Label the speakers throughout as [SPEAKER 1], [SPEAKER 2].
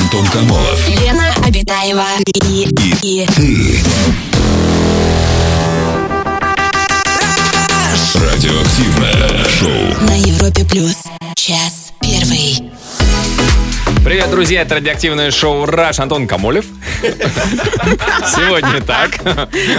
[SPEAKER 1] Антон Камолов.
[SPEAKER 2] Лена Обитаева и, и, и
[SPEAKER 1] Ты. Радиоактивное шоу.
[SPEAKER 2] на Европе плюс час первый.
[SPEAKER 3] Привет, друзья, это радиоактивное шоу «Раш» Антон Камолев. Сегодня так.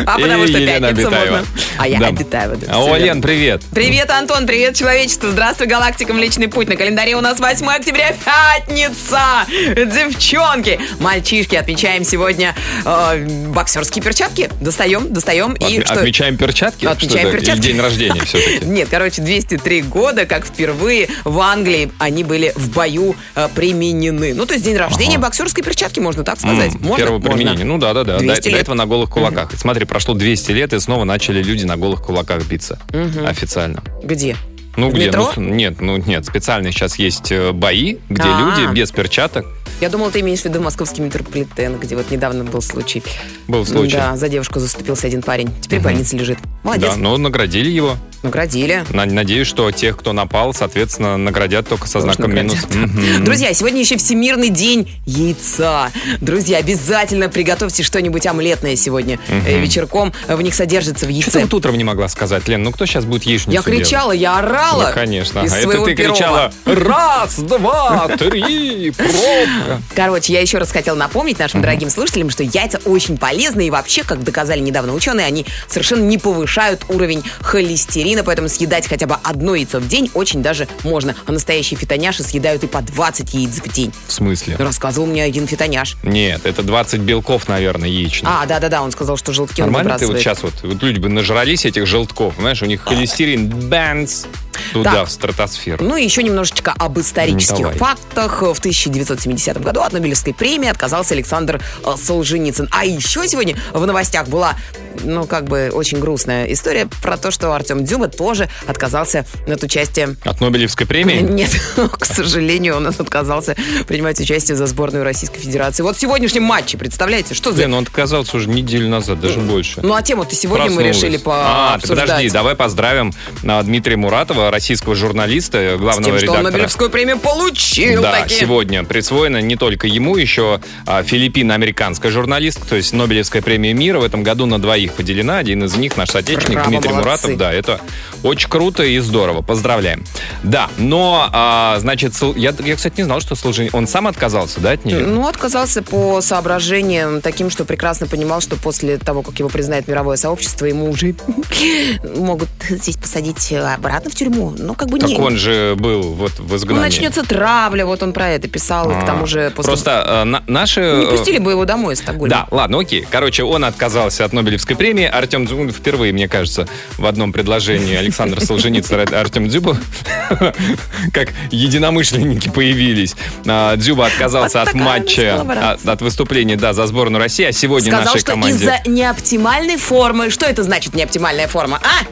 [SPEAKER 4] А
[SPEAKER 3] И
[SPEAKER 4] потому что
[SPEAKER 3] Елена
[SPEAKER 4] пятница
[SPEAKER 3] Абитаева.
[SPEAKER 4] можно. А я
[SPEAKER 3] Да.
[SPEAKER 4] Абитаева. да,
[SPEAKER 3] О,
[SPEAKER 4] всё верно.
[SPEAKER 3] Лен, привет.
[SPEAKER 4] Привет, Антон, привет, человечество. Здравствуй, галактика Млечный Путь. На календаре у нас 8 октября, пятница. Девчонки, мальчишки, отмечаем сегодня э, боксерские перчатки. Достаем, достаем. и
[SPEAKER 3] Отме-
[SPEAKER 4] что? Ну,
[SPEAKER 3] Отмечаем перчатки? Что
[SPEAKER 4] Отмечаем
[SPEAKER 3] это?
[SPEAKER 4] перчатки.
[SPEAKER 3] Или День рождения все-таки.
[SPEAKER 4] Нет, короче, 203 года, как впервые в Англии они были в бою э, применены. Ну, то есть день рождения боксерской перчатки, можно так сказать. можно?
[SPEAKER 3] Первого
[SPEAKER 4] Можно.
[SPEAKER 3] применения. Ну да, да, да. До,
[SPEAKER 4] 200
[SPEAKER 3] до
[SPEAKER 4] лет.
[SPEAKER 3] этого на голых кулаках. Смотри, прошло 200 лет, и снова начали люди на голых кулаках биться. Официально.
[SPEAKER 4] Где?
[SPEAKER 3] Ну
[SPEAKER 4] В
[SPEAKER 3] где?
[SPEAKER 4] метро?
[SPEAKER 3] Ну, с- нет, ну нет. Специально сейчас есть э, бои, где
[SPEAKER 4] А.
[SPEAKER 3] люди без перчаток.
[SPEAKER 4] Я думала, ты имеешь в виду московский метрополитен, где вот недавно был случай.
[SPEAKER 3] Был случай.
[SPEAKER 4] Да, за девушку заступился один парень. Теперь в больнице лежит. Молодец.
[SPEAKER 3] Да, но наградили его.
[SPEAKER 4] Наградили.
[SPEAKER 3] На- Надеюсь, что тех, кто напал, соответственно, наградят только со
[SPEAKER 4] Тоже
[SPEAKER 3] знаком минус.
[SPEAKER 4] наградят.
[SPEAKER 3] Мгм.
[SPEAKER 4] Друзья, сегодня еще Всемирный день яйца. Друзья, обязательно приготовьте что-нибудь омлетное сегодня э, вечерком. В них содержится в
[SPEAKER 3] Что ты
[SPEAKER 4] яйце.
[SPEAKER 3] вот утром не могла сказать, Лен? Ну кто сейчас будет яичницу
[SPEAKER 4] Я
[SPEAKER 3] делать?
[SPEAKER 4] кричала, я орала.
[SPEAKER 3] Ну, конечно.
[SPEAKER 4] из
[SPEAKER 3] а это
[SPEAKER 4] своего
[SPEAKER 3] ты
[SPEAKER 4] перова.
[SPEAKER 3] кричала раз, два, три, пробка.
[SPEAKER 4] Короче, я еще раз хотела напомнить нашим дорогим слушателям, что яйца очень полезны и вообще, как доказали недавно ученые, они совершенно не повышают уровень холестерина, поэтому съедать хотя бы одно яйцо в день очень даже можно. А настоящие фитоняши съедают и по 20 яиц в день.
[SPEAKER 3] В смысле?
[SPEAKER 4] Рассказывал мне один фитоняш.
[SPEAKER 3] Нет, это 20 белков, наверное, яичных.
[SPEAKER 4] А, да-да-да, он сказал, что желтки он
[SPEAKER 3] Нормально ты
[SPEAKER 4] выбрасывает.
[SPEAKER 3] вот сейчас вот, вот люди бы нажрались этих желтков, знаешь, у них холестерин бэнс туда,
[SPEAKER 4] Так.
[SPEAKER 3] в стратосферу.
[SPEAKER 4] Ну и еще немножечко об исторических
[SPEAKER 3] Давай.
[SPEAKER 4] фактах. В 1970 году от Нобелевской премии отказался Александр э, Солженицын. А еще сегодня в новостях была, ну, как бы очень грустная история про то, что Артем Дзюба тоже отказался от участия
[SPEAKER 3] От Нобелевской премии?
[SPEAKER 4] нет, к сожалению, он отказался принимать участие за сборную Российской Федерации. Вот в сегодняшнем матче, представляете, что за...
[SPEAKER 3] Блин, ну, он отказался уже неделю назад, даже больше.
[SPEAKER 4] Ну, а тему-то сегодня мы
[SPEAKER 3] Проснулась.
[SPEAKER 4] решили
[SPEAKER 3] А, ты
[SPEAKER 4] пообсуждать.
[SPEAKER 3] подожди, давай поздравим а, Дмитрия Муратова, российского журналиста,
[SPEAKER 4] С тем,
[SPEAKER 3] главного
[SPEAKER 4] что он
[SPEAKER 3] редактора.
[SPEAKER 4] Нобелевскую премию получил.
[SPEAKER 3] Да,
[SPEAKER 4] таки.
[SPEAKER 3] сегодня присвоено не только ему, еще а, филиппино-американская журналистка, то есть Нобелевская премия мира в этом году на двоих поделена. Один из них наш соотечественник
[SPEAKER 4] Браво,
[SPEAKER 3] Дмитрий
[SPEAKER 4] молодцы.
[SPEAKER 3] Муратов. Да, это очень круто и здорово. Поздравляем. Да, но, а, значит, Сол- я, я, кстати, не знал, что Солженицын... Он сам отказался, да, от нее?
[SPEAKER 4] Ну, отказался по соображениям таким, что прекрасно понимал, что после того, как его признает мировое сообщество, ему уже могут здесь посадить обратно в тюрьму. Ну, как бы
[SPEAKER 3] так
[SPEAKER 4] не...
[SPEAKER 3] он же был вот в
[SPEAKER 4] Ну,
[SPEAKER 3] изгнании. А,
[SPEAKER 4] начнется травля, вот он про это писал, и к тому же после...
[SPEAKER 3] Просто э, на- наши...
[SPEAKER 4] Не
[SPEAKER 3] э,
[SPEAKER 4] пустили бы его домой из Стокгольма.
[SPEAKER 3] Да, ладно, окей. Короче, он отказался от Нобелевской премии. Артем Дзюба впервые, мне кажется, в одном предложении Александр Солженицын и Артем Дзюба как единомышленники появились. А, Дзюба отказался
[SPEAKER 4] Вот
[SPEAKER 3] от
[SPEAKER 4] такая у нас
[SPEAKER 3] матча, от-
[SPEAKER 4] коллаборация.
[SPEAKER 3] от выступления, да, за сборную России, а сегодня
[SPEAKER 4] Сказал,
[SPEAKER 3] нашей
[SPEAKER 4] что
[SPEAKER 3] команде...
[SPEAKER 4] из-за неоптимальной формы... Что это значит неоптимальная форма, а?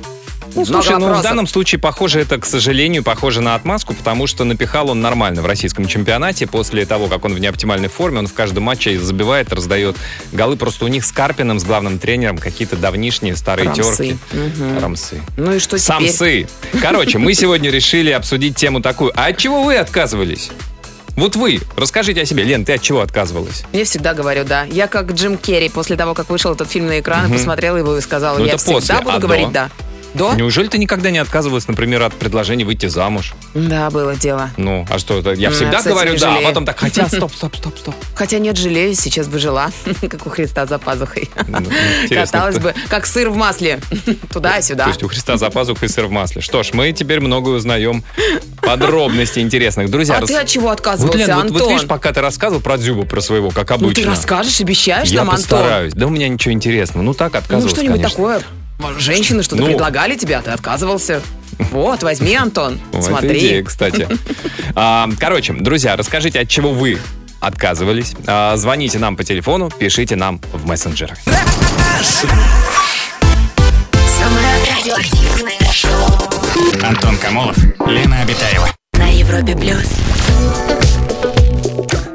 [SPEAKER 3] Ну,
[SPEAKER 4] Много
[SPEAKER 3] слушай, ну, в
[SPEAKER 4] вопросов.
[SPEAKER 3] данном случае, похоже, это, к сожалению, похоже на отмазку, потому что напихал он нормально в российском чемпионате. После того, как он в неоптимальной форме, он в каждом матче забивает, раздает голы. Просто у них с Карпиным, с главным тренером, какие-то давнишние старые
[SPEAKER 4] Рамсы.
[SPEAKER 3] терки. Рамсы.
[SPEAKER 4] Ну и что теперь?
[SPEAKER 3] Самсы. Короче, мы сегодня решили обсудить тему такую. А от чего вы отказывались? Вот вы, расскажите о себе. Лен, ты от чего отказывалась?
[SPEAKER 4] Я всегда говорю, да. Я как Джим Керри после того, как вышел этот фильм на экраны, посмотрела его и сказала,
[SPEAKER 3] Ну,
[SPEAKER 4] я
[SPEAKER 3] это
[SPEAKER 4] всегда
[SPEAKER 3] после,
[SPEAKER 4] буду
[SPEAKER 3] а до?
[SPEAKER 4] говорить да. До?
[SPEAKER 3] Неужели ты никогда не отказывалась, например, от предложения выйти замуж?
[SPEAKER 4] Да, было дело.
[SPEAKER 3] Ну, а что это? Я
[SPEAKER 4] Ну,
[SPEAKER 3] всегда
[SPEAKER 4] я, кстати,
[SPEAKER 3] говорю
[SPEAKER 4] не
[SPEAKER 3] да, а
[SPEAKER 4] жалею.
[SPEAKER 3] потом так, хотя, стоп, стоп, стоп, стоп.
[SPEAKER 4] Хотя нет, жалею, сейчас бы жила, как у Христа за пазухой.
[SPEAKER 3] Ну, интересно,
[SPEAKER 4] Каталась
[SPEAKER 3] кто-
[SPEAKER 4] бы, как сыр в масле,
[SPEAKER 3] То
[SPEAKER 4] туда-сюда.
[SPEAKER 3] есть у Христа за пазухой сыр в масле. Что ж, мы теперь многое узнаем. Подробности интересных. Друзья,
[SPEAKER 4] А
[SPEAKER 3] рас-
[SPEAKER 4] ты от
[SPEAKER 3] вот,
[SPEAKER 4] чего
[SPEAKER 3] Лен,
[SPEAKER 4] отказывался,
[SPEAKER 3] вот, вот видишь,
[SPEAKER 4] Антон?
[SPEAKER 3] пока ты рассказывал про Дзюбу, про своего, как
[SPEAKER 4] Ну ты
[SPEAKER 3] обычно.
[SPEAKER 4] расскажешь, обещаешь
[SPEAKER 3] Я
[SPEAKER 4] нам, Антон?
[SPEAKER 3] постараюсь. Да у меня ничего интересного. Ну так
[SPEAKER 4] Ну
[SPEAKER 3] отказывался,
[SPEAKER 4] что-нибудь
[SPEAKER 3] конечно.
[SPEAKER 4] такое. Может, Женщины что-то
[SPEAKER 3] Ну.
[SPEAKER 4] предлагали тебе, а ты отказывался. Вот, возьми, Антон,
[SPEAKER 3] Вот идея,
[SPEAKER 4] смотри.
[SPEAKER 3] кстати. А, Короче, друзья, расскажите, от чего вы отказывались. А, Звоните нам по телефону, пишите нам в мессенджерах.
[SPEAKER 2] Самое радиоактивное шоу
[SPEAKER 5] Антон Камолов, Лена Обитаева.
[SPEAKER 2] на Европе плюс.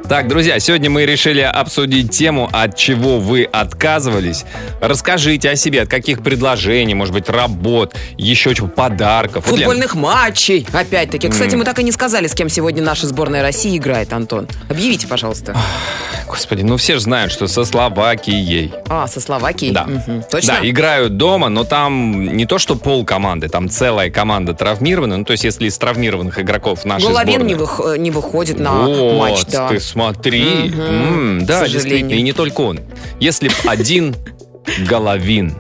[SPEAKER 3] Так, друзья, сегодня мы решили обсудить тему, от чего вы отказывались. Расскажите о себе, от каких предложений, может быть, работ, еще чего, подарков. Вот, Лен,
[SPEAKER 4] Футбольных матчей, опять-таки. Кстати, мы так и не сказали, с кем сегодня наша сборная России играет, Антон. Объявите, пожалуйста.
[SPEAKER 3] Господи, ну все же знают, что со Словакией.
[SPEAKER 4] А, со Словакией?
[SPEAKER 3] Да.
[SPEAKER 4] Мгм. Точно?
[SPEAKER 3] Да, играют дома, но там не то, что пол команды, там целая команда травмирована. Ну, то есть, если из травмированных игроков нашей
[SPEAKER 4] Головин
[SPEAKER 3] сборной...
[SPEAKER 4] не, вых- э, не выходит на
[SPEAKER 3] вот,
[SPEAKER 4] матч, да.
[SPEAKER 3] ты смотри.
[SPEAKER 4] Мгм.
[SPEAKER 3] М,
[SPEAKER 4] К
[SPEAKER 3] да,
[SPEAKER 4] сожалению.
[SPEAKER 3] действительно, и не только он. Если б один Головин,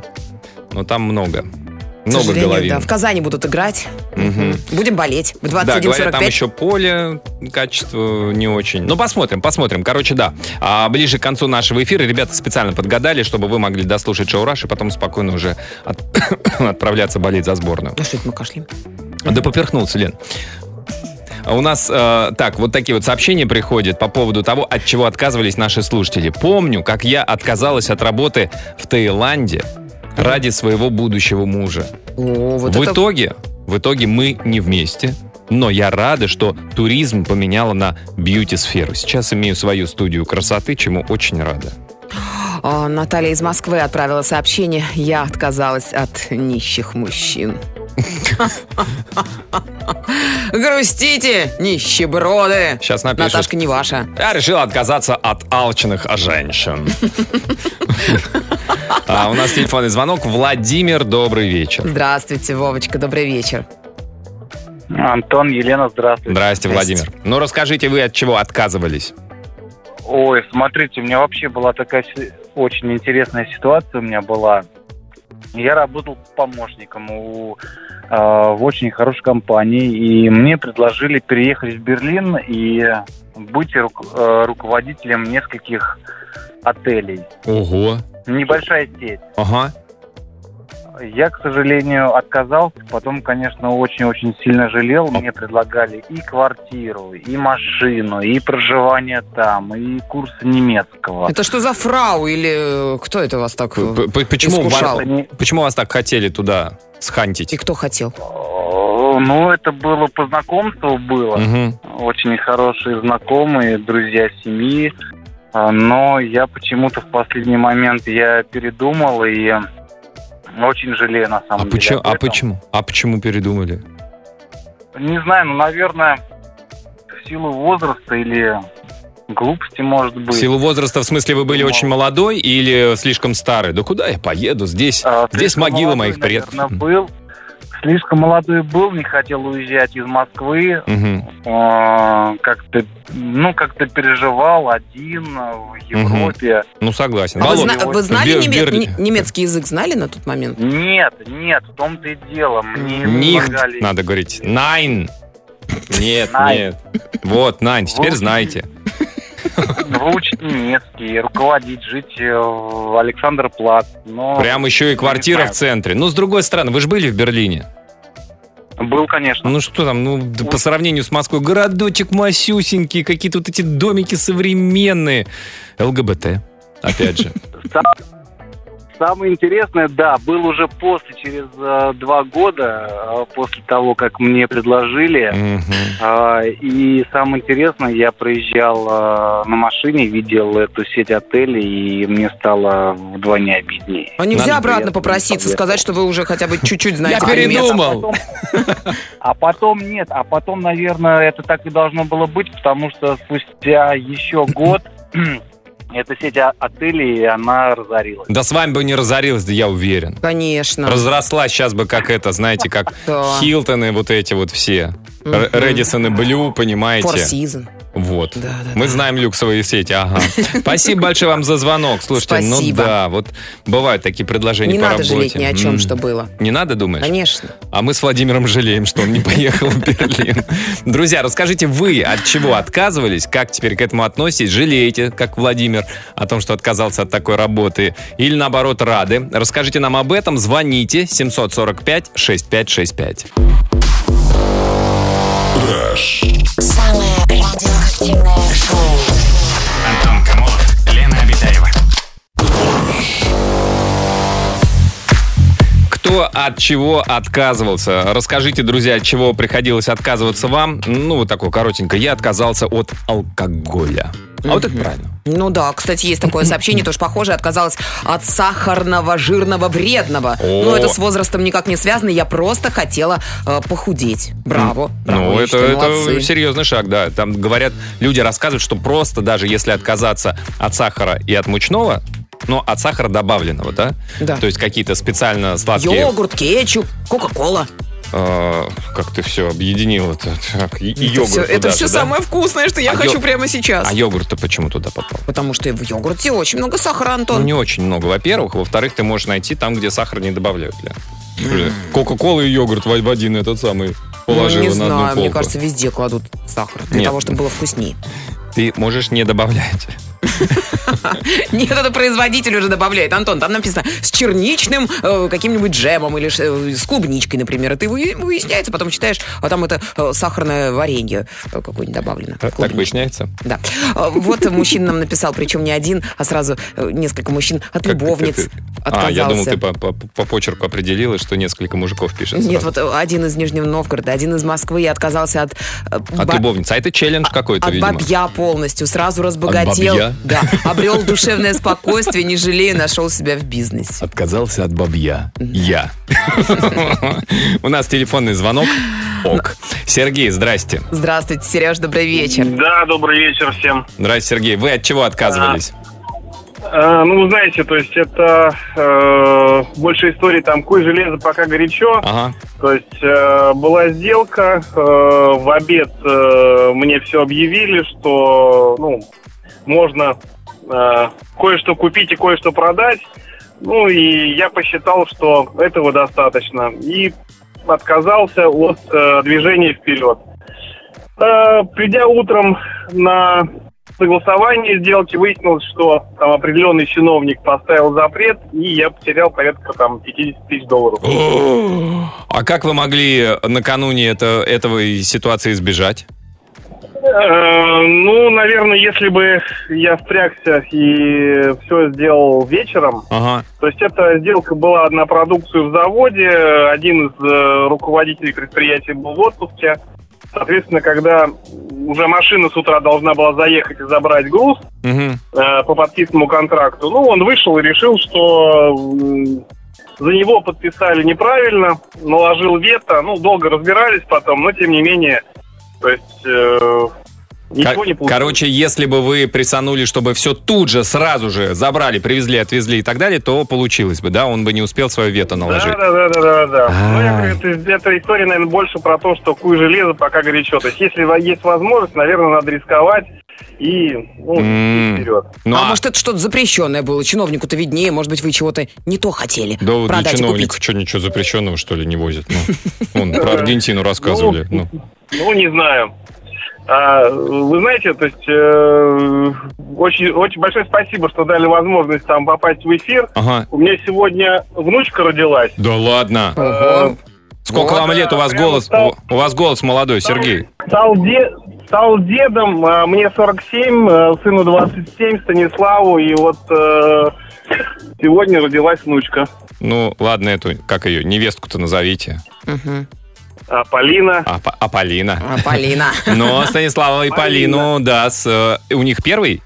[SPEAKER 3] но там много.
[SPEAKER 4] К
[SPEAKER 3] Много
[SPEAKER 4] сожалению,
[SPEAKER 3] Головин.
[SPEAKER 4] да. В Казани будут играть.
[SPEAKER 3] Мгм.
[SPEAKER 4] Будем болеть. В
[SPEAKER 3] Да, говорят, там
[SPEAKER 4] 21.45.
[SPEAKER 3] еще поле, качество не очень. Ну, посмотрим, посмотрим. Короче, да. А ближе к концу нашего эфира ребята специально подгадали, чтобы вы могли дослушать шоу «Раш» и потом спокойно уже от- отправляться болеть за сборную.
[SPEAKER 4] Ну что это мы кашляем?
[SPEAKER 3] Да поперхнулся, Лен. А У нас э, так, вот такие вот сообщения приходят по поводу того, от чего отказывались наши слушатели. Помню, как я отказалась от работы в Таиланде ради своего будущего мужа.
[SPEAKER 4] О, вот
[SPEAKER 3] в
[SPEAKER 4] это...
[SPEAKER 3] итоге, в итоге мы не вместе. Но я рада, что туризм поменяла на бьюти-сферу. Сейчас имею свою студию красоты, чему очень рада.
[SPEAKER 4] А, Наталья из Москвы отправила сообщение. Я отказалась от нищих мужчин. Грустите, нищеброды.
[SPEAKER 3] Сейчас напишут.
[SPEAKER 4] Наташка не ваша.
[SPEAKER 3] Я решила отказаться от алчных женщин. А у нас телефонный звонок. Владимир, добрый вечер.
[SPEAKER 4] Здравствуйте, Вовочка, добрый вечер.
[SPEAKER 5] Антон, Елена, здравствуйте.
[SPEAKER 3] Здрасте, Владимир. Ну, расскажите, вы от чего отказывались?
[SPEAKER 5] Ой, смотрите, у меня вообще была такая си- очень интересная ситуация у меня была. Я работал помощником у, э, в очень хорошей компании, и мне предложили переехать в Берлин и быть рук- э, руководителем нескольких отелей.
[SPEAKER 3] Ого.
[SPEAKER 5] Небольшая сеть.
[SPEAKER 3] Ага.
[SPEAKER 5] Я, к сожалению, отказался. Потом, конечно, очень-очень сильно жалел. Мне предлагали и квартиру, и машину, и проживание там, и курсы немецкого.
[SPEAKER 4] Это что за фрау или э, кто это вас так... э,
[SPEAKER 3] П- п- Почему
[SPEAKER 4] Искушал. Типа,
[SPEAKER 3] вас,
[SPEAKER 5] Это не-
[SPEAKER 3] почему вас так хотели туда
[SPEAKER 4] И
[SPEAKER 3] схантить?
[SPEAKER 4] кто хотел?
[SPEAKER 5] Э, Ну, это было по знакомству было.
[SPEAKER 3] Мгм.
[SPEAKER 5] Очень хорошие знакомые, друзья семьи. А, Но я почему-то в последний момент я передумал и очень жалею на самом
[SPEAKER 3] А
[SPEAKER 5] деле.
[SPEAKER 3] почему?
[SPEAKER 5] об
[SPEAKER 3] А
[SPEAKER 5] этом.
[SPEAKER 3] почему? А почему передумали?
[SPEAKER 5] Не знаю, ну, наверное, в силу возраста или глупости, может
[SPEAKER 3] В
[SPEAKER 5] быть.
[SPEAKER 3] силу возраста, в смысле, вы были
[SPEAKER 5] Мало.
[SPEAKER 3] очень молодой или слишком старый? Да куда я поеду? Здесь.
[SPEAKER 5] А,
[SPEAKER 3] Здесь
[SPEAKER 5] слишком
[SPEAKER 3] могила
[SPEAKER 5] молодой,
[SPEAKER 3] моих предков.
[SPEAKER 5] наверное, был. Слишком молодой был, не хотел уезжать из Москвы.
[SPEAKER 3] Мгм.
[SPEAKER 5] А, Как-то, ну, как-то переживал один а, в Европе.
[SPEAKER 3] Ну согласен.
[SPEAKER 4] А вы,
[SPEAKER 3] Володь,
[SPEAKER 4] зна- вы
[SPEAKER 3] в
[SPEAKER 4] знали
[SPEAKER 3] Бер-
[SPEAKER 4] немец-
[SPEAKER 3] Берлине.
[SPEAKER 4] не- немецкий язык? Знали на тот момент?
[SPEAKER 5] Нет, нет, в том-то и дело. Мне
[SPEAKER 3] Нихт,
[SPEAKER 5] предлагали-
[SPEAKER 3] надо говорить. Найн. Нет,
[SPEAKER 5] Nein.
[SPEAKER 3] нет. Вот, Найн, теперь
[SPEAKER 5] Вот.
[SPEAKER 3] знаете.
[SPEAKER 5] выучить немецкий, руководить, жить э, в Александр-Плат. Но
[SPEAKER 3] Прям еще и квартира
[SPEAKER 5] знаю.
[SPEAKER 3] в центре. Ну, с другой стороны, вы же были в Берлине.
[SPEAKER 5] был, конечно.
[SPEAKER 3] Ну что там, ну да по сравнению с Москвой, городочек масюсенький, какие-то вот эти домики современные. ЛГБТ, опять же.
[SPEAKER 5] Самое интересное, да, был уже после, через э, два года, э, после того, как мне предложили.
[SPEAKER 3] Мгм.
[SPEAKER 5] А, и самое интересное, я проезжал э, на машине, видел эту сеть отелей, и мне стало вдвойне обиднее.
[SPEAKER 4] А нельзя
[SPEAKER 3] Надо
[SPEAKER 4] обратно
[SPEAKER 5] приятно,
[SPEAKER 4] попроситься,
[SPEAKER 5] не
[SPEAKER 4] сказать, что вы уже хотя бы чуть-чуть
[SPEAKER 3] Я
[SPEAKER 4] знаете немецкий?
[SPEAKER 3] передумал.
[SPEAKER 5] А потом нет, а потом, наверное, это так и должно было быть, потому что спустя еще год эта сеть о- отелей, она разорилась.
[SPEAKER 3] Да с вами бы не разорилась, да я уверен.
[SPEAKER 4] Конечно.
[SPEAKER 3] Разросла сейчас бы как это, знаете, как
[SPEAKER 4] Да.
[SPEAKER 3] Хилтоны вот эти вот все.
[SPEAKER 4] Мгм.
[SPEAKER 3] Р- Редисон и Блю,
[SPEAKER 4] Four
[SPEAKER 3] понимаете?
[SPEAKER 4] Seasons.
[SPEAKER 3] Вот.
[SPEAKER 4] Да, да,
[SPEAKER 3] Мы знаем люксовые сети, ага. Спасибо большое вам за звонок. Слушайте, ну
[SPEAKER 4] Спасибо.
[SPEAKER 3] да, вот бывают такие предложения
[SPEAKER 4] Не
[SPEAKER 3] по
[SPEAKER 4] надо
[SPEAKER 3] работе.
[SPEAKER 4] жалеть ни о чем,
[SPEAKER 3] М.
[SPEAKER 4] что было.
[SPEAKER 3] Не надо, думаешь?
[SPEAKER 4] Конечно.
[SPEAKER 3] А мы с Владимиром жалеем, что он не поехал в Берлин. Друзья, расскажите вы, от чего отказывались, как теперь к этому относитесь, жалеете, как Владимир, о том, что отказался от такой работы, или наоборот рады. Расскажите нам об этом, звоните 745-6565.
[SPEAKER 2] Самое радиоактивное шоу.
[SPEAKER 6] Антон Камолов, Лена Обитаева.
[SPEAKER 3] Кто кто от чего отказывался. Расскажите, друзья, от чего приходилось отказываться вам. Ну, вот такое коротенькое. Я отказался от алкоголя. А вот это правильно.
[SPEAKER 4] Ну да, кстати, есть такое сообщение, тоже похоже, отказалась от сахарного, жирного, вредного.
[SPEAKER 3] О.
[SPEAKER 4] Но это с возрастом никак не связано, я просто хотела э, похудеть. Браво. браво,
[SPEAKER 3] Ну,
[SPEAKER 4] я
[SPEAKER 3] это,
[SPEAKER 4] считаю,
[SPEAKER 3] это
[SPEAKER 4] молодцы.
[SPEAKER 3] серьезный шаг, да. Там говорят, люди рассказывают, что просто даже если отказаться от сахара и от мучного, но от сахара добавленного, да?
[SPEAKER 4] Да.
[SPEAKER 3] То есть какие-то специально сладкие...
[SPEAKER 4] Йогурт, кетчуп, кока-кола.
[SPEAKER 3] Э, как ты все объединил это? Так, и, и йогурт
[SPEAKER 4] Все- это
[SPEAKER 3] туда же,
[SPEAKER 4] все
[SPEAKER 3] да?
[SPEAKER 4] самое вкусное, что я
[SPEAKER 3] А
[SPEAKER 4] хочу
[SPEAKER 3] йо-
[SPEAKER 4] прямо сейчас.
[SPEAKER 3] А йогурт-то почему туда попал?
[SPEAKER 4] Потому что в йогурте очень много сахара,
[SPEAKER 3] Ну,
[SPEAKER 4] Антон.
[SPEAKER 3] не очень много, во-первых. Во-вторых, ты можешь найти там, где сахар не добавляют. Лен. Кока-кола и йогурт в в один этот самый положила
[SPEAKER 4] Ну, не
[SPEAKER 3] на
[SPEAKER 4] знаю,
[SPEAKER 3] одну
[SPEAKER 4] мне
[SPEAKER 3] полку.
[SPEAKER 4] кажется, везде кладут сахар для
[SPEAKER 3] Нет.
[SPEAKER 4] того, чтобы было вкуснее.
[SPEAKER 3] Ты можешь не добавлять.
[SPEAKER 4] Нет, это производитель уже добавляет. Антон, там написано с черничным э, каким-нибудь джемом или ш- э, с клубничкой, например. И ты вы- выясняется, потом читаешь, а там это э, сахарное варенье э, какое-нибудь добавлено.
[SPEAKER 3] Так
[SPEAKER 4] клубничное.
[SPEAKER 3] выясняется?
[SPEAKER 4] Да. А, Вот мужчина нам написал, причем не один, а сразу э, несколько мужчин от
[SPEAKER 3] Как- как
[SPEAKER 4] любовниц
[SPEAKER 3] это-
[SPEAKER 4] отказался.
[SPEAKER 3] А, я думал, ты по, по- по почерку определила, что несколько мужиков пишет
[SPEAKER 4] Нет,
[SPEAKER 3] сразу.
[SPEAKER 4] вот э, один из Нижнего Новгорода, один из Москвы и отказался от... э,
[SPEAKER 3] От
[SPEAKER 4] ба-
[SPEAKER 3] любовницы. А это челлендж какой-то,
[SPEAKER 4] от
[SPEAKER 3] видимо.
[SPEAKER 4] бабья полностью, сразу разбогател.
[SPEAKER 3] бабья?
[SPEAKER 4] Да, обрел душевное спокойствие, не жалея, нашел себя в бизнесе.
[SPEAKER 3] Отказался от бабья. Я. У нас телефонный звонок. Ок. Сергей, здрасте.
[SPEAKER 4] Здравствуйте, Сереж, добрый вечер.
[SPEAKER 3] Ну
[SPEAKER 7] Да, добрый вечер всем.
[SPEAKER 3] Здрасте, Сергей. Вы от чего отказывались?
[SPEAKER 7] Э, ну, знаете, то есть это э, больше истории там куй железо пока горячо.
[SPEAKER 3] Ага.
[SPEAKER 7] То есть э, была сделка, э, в обед э, мне все объявили, что ну, можно э, кое-что купить и кое-что продать. Ну и я посчитал, что этого достаточно. И отказался от э, движения вперед. Э, придя утром на согласование сделки, выяснилось, что там определенный чиновник поставил запрет, и я потерял порядка там 50 тысяч долларов.
[SPEAKER 3] А как вы могли накануне это, этого и ситуации избежать?
[SPEAKER 7] Э, Ну, наверное, если бы я впрягся и все сделал вечером,
[SPEAKER 3] Ага.
[SPEAKER 7] то есть эта сделка была на продукцию в заводе, один из э, руководителей предприятия был в отпуске. Соответственно, когда уже машина с утра должна была заехать и забрать груз
[SPEAKER 3] Мгм.
[SPEAKER 7] э, по подписанному контракту, ну, он вышел и решил, что м, за него подписали неправильно, наложил вето, ну, долго разбирались потом, но тем не менее, то есть... э, Ничего
[SPEAKER 3] Кор-
[SPEAKER 7] не получилось.
[SPEAKER 3] Короче, если бы вы присанули, чтобы все тут же, сразу же забрали, привезли, отвезли и так далее, то получилось бы, да? Он бы не успел свое вето наложить.
[SPEAKER 7] Да, да, да, да, да, да. Ну, я
[SPEAKER 3] А.
[SPEAKER 7] говорю, это, эта история, наверное, больше про то, что куй железо пока горячо. То есть, если во- есть возможность, наверное, надо рисковать и ну,
[SPEAKER 3] М.
[SPEAKER 7] идти вперед.
[SPEAKER 3] Ну,
[SPEAKER 4] а,
[SPEAKER 3] а-
[SPEAKER 4] может, это что-то запрещенное было? Чиновнику-то виднее, может быть, вы чего-то не то хотели
[SPEAKER 3] Да вот для
[SPEAKER 4] продать и
[SPEAKER 3] чиновников
[SPEAKER 4] купить.
[SPEAKER 3] что, ничего запрещенного, что ли, не возят? Ну, вон, про Аргентину рассказывали. Ну,
[SPEAKER 7] Ну, не знаю. А, вы знаете, то есть э, очень, очень большое спасибо, что дали возможность там попасть в эфир.
[SPEAKER 3] Ага.
[SPEAKER 7] У меня сегодня внучка родилась. Э,
[SPEAKER 3] Да ладно.
[SPEAKER 4] Ого.
[SPEAKER 3] Сколько
[SPEAKER 7] Вот,
[SPEAKER 3] вам лет? У вас
[SPEAKER 7] прямо
[SPEAKER 3] голос,
[SPEAKER 7] стал-
[SPEAKER 3] у вас голос молодой, Сергей.
[SPEAKER 7] Стал, де- стал дедом, а, мне 47, э, сыну 27, Станиславу, и вот э, сегодня родилась внучка.
[SPEAKER 3] Ну, ладно, эту, как ее, невестку-то назовите.
[SPEAKER 4] Мгм.
[SPEAKER 7] А Полина,
[SPEAKER 3] А, Па- а Полина.
[SPEAKER 4] А, Полина.
[SPEAKER 3] Но Ну, Станислава и Полину, да, с, э, у них первый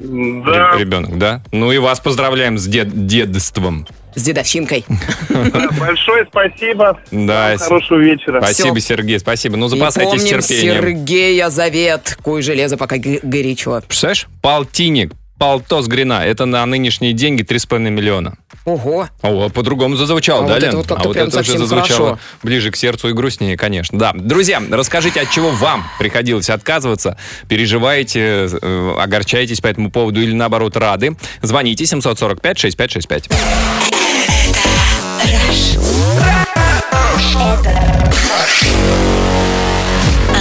[SPEAKER 7] м,
[SPEAKER 3] ре-
[SPEAKER 7] да,
[SPEAKER 3] ребенок, да? Ну и вас поздравляем с дед- дедством.
[SPEAKER 4] С дедовщинкой.
[SPEAKER 7] да, большое спасибо.
[SPEAKER 3] Да,
[SPEAKER 7] Вам
[SPEAKER 3] с-
[SPEAKER 7] Хорошего вечера.
[SPEAKER 3] спасибо, Сергей, спасибо. Ну,
[SPEAKER 4] И
[SPEAKER 3] запасайтесь
[SPEAKER 4] помним
[SPEAKER 3] терпением.
[SPEAKER 4] Сергея Завет. Куй железо пока г- горячо.
[SPEAKER 3] Представляешь, полтинник, полтос грина, это на нынешние деньги 3,5 миллиона.
[SPEAKER 4] Ого.
[SPEAKER 3] О, а по-другому зазвучало,
[SPEAKER 4] А
[SPEAKER 3] да,
[SPEAKER 4] вот это
[SPEAKER 3] Лен?
[SPEAKER 4] вот как-то
[SPEAKER 3] а вот
[SPEAKER 4] прям
[SPEAKER 3] это уже
[SPEAKER 4] совсем
[SPEAKER 3] зазвучало
[SPEAKER 4] хорошо.
[SPEAKER 3] ближе к сердцу и грустнее, конечно. Да. Друзья, расскажите, от чего вам приходилось отказываться. Переживаете, э, огорчаетесь по этому поводу или, наоборот, рады. Звоните 745-6565.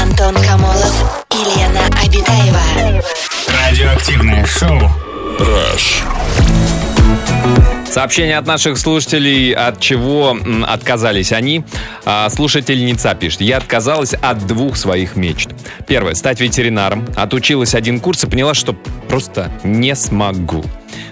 [SPEAKER 2] Антон Камолов и Лена Обитаева.
[SPEAKER 6] Радиоактивное шоу.
[SPEAKER 8] Rush.
[SPEAKER 3] Сообщение от наших слушателей, от чего м, отказались они. А, Слушательница пишет. Я отказалась от двух своих мечт. Первое. Стать ветеринаром. Отучилась один курс и поняла, что просто не смогу.